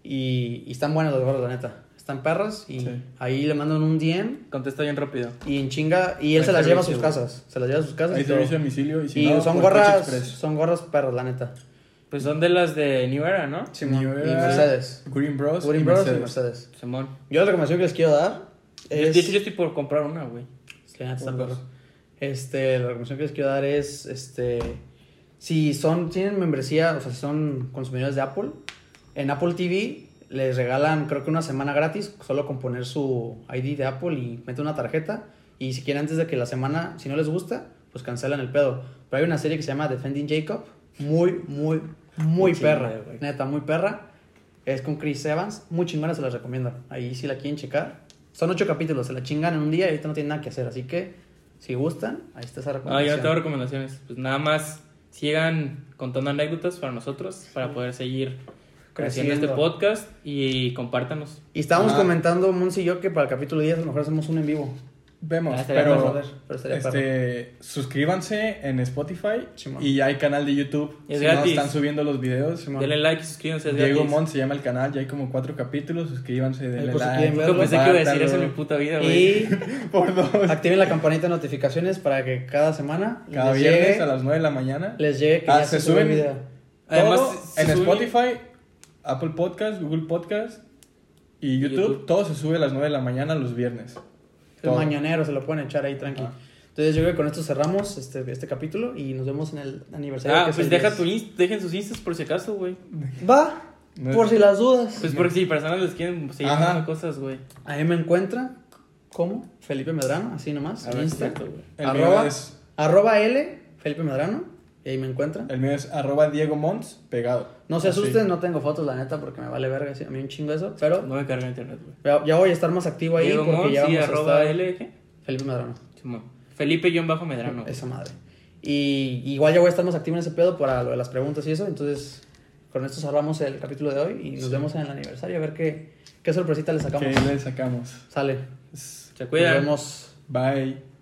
B: y, y están buenas las gorras, la neta. Están perras y
A: Sí.
B: ahí le mandan un DM
C: Contesta bien rápido.
B: y en chinga. Y él
C: Hay
B: se las lleva a sus
C: servicio,
B: casas. Se las lleva a sus casas.
A: Hay
B: y todo.
A: servicio a domicilio y si
B: Y
A: no,
B: son
A: por Coche
B: gorras,
A: Express.
B: son gorras perras, la neta.
C: Pues son de las de New Era, ¿no?
B: Simón.
A: New
B: Y
A: Era,
B: Mercedes.
A: Green Bros.
B: Wooding
A: y Mercedes.
B: Brothers y Mercedes.
C: Simón.
B: Yo la recomendación que les quiero dar
C: Yo-
B: es...
C: De hecho, yo estoy por comprar una, güey.
B: Que nada, está
C: Por
B: perro.
C: dos.
B: Este, la recomendación que les quiero dar es, este, si son, tienen membresía, o sea, si son consumidores de Apple, en Apple TV les regalan creo que una semana gratis, solo con poner su ID de Apple y meten una tarjeta. Y si quieren antes de que la semana, si no les gusta, pues cancelan el pedo. Pero hay una serie que se llama Defending Jacob, muy, muy, muy
C: Muy chingona,
B: perra,
C: güey.
B: neta, muy perra. Es con Chris Evans, muy chingona, se las recomiendo. Ahí si la quieren checar. Son ocho capítulos, se la chingan en un día y ahorita no tienen nada que hacer. Así que, si gustan, ahí está esa
C: Ah,
B: recomendación.
C: yo no tengo recomendaciones. Pues nada más sigan contando anécdotas para nosotros, para poder seguir creciendo
B: Creciendo.
C: este podcast y compártanos.
B: Y estábamos
A: Ah.
B: comentando, Monsi y yo, que para el capítulo 10 a lo mejor hacemos un en vivo.
A: Vemos,
C: Ah, estaría
A: pero.
B: perro, pero estaría
A: este, suscríbanse en Spotify
B: Simón.
A: y hay canal de YouTube.
C: Es
A: si
C: gratis.
A: no están subiendo los videos, Simón.
C: Denle like y suscríbanse. es
A: Diego
C: gratis.
A: Mon se llama el canal, ya hay como cuatro capítulos. Suscríbanse, denle
B: por si
A: like.
B: quieren
C: Nunca pensé que iba a decir eso en mi
A: compártanlo.
C: puta vida, güey.
B: Y
A: Por dos.
B: activen la campanita de notificaciones para que cada semana
A: Cada
B: les,
A: viernes
B: llegue,
A: a las 9 de la mañana.
B: les llegue que
A: Ah,
B: ya
A: se
B: se, sube el
A: suben-
B: video.
C: Además,
A: Todo
C: se- se
A: en
C: sube-
A: Spotify, Apple Podcast, Google Podcast y YouTube,
C: YouTube.
A: Todo se sube a las 9 de la mañana los viernes.
B: El
A: Todo.
B: mañanero se lo pueden echar ahí tranqui.
A: Ah.
B: Entonces yo creo que con esto cerramos este, este capítulo y nos vemos en el aniversario.
C: Ah,
B: que es
C: pues
B: el
C: deja
B: 10.
C: tu inst- dejen sus instas por si acaso, güey.
B: Va,
A: No es-
B: por si las dudas.
C: Pues porque si personas les quieren seguir
A: Ajá.
C: dando cosas, güey.
B: Ahí me encuentran como Felipe Medrano, así nomás,
C: A
B: en
C: ver,
B: Insta.
C: cierto, güey.
A: El
B: Arroba.
A: mío es,
B: Arroba L, Felipe Medrano, y ahí me encuentran.
A: el mío es arroba Diego Mons pegado.
B: No se
C: Ah,
A: Así.
B: asusten, no tengo fotos, la neta, porque me vale verga, sí, a mí un chingo eso, pero
C: No me carga internet, güey.
B: ya, ya voy a estar más activo ahí
C: Diego
B: porque
C: Mon,
B: ya vamos
C: sí,
B: a
C: arroba
B: estar...
C: LG.
B: Felipe Medrano,
C: Simón. Felipe-Medrano. güey.
B: esa madre. Y igual ya voy a estar más activo en ese pedo para lo de las preguntas y eso, entonces con esto cerramos el capítulo de hoy y nos vemos en el aniversario a ver qué, qué sorpresita le
A: Que
B: sacamos.
A: le sacamos.
B: Sale,
A: Es-
C: Se
B: nos
C: cuidan.
B: vemos.
A: Bye.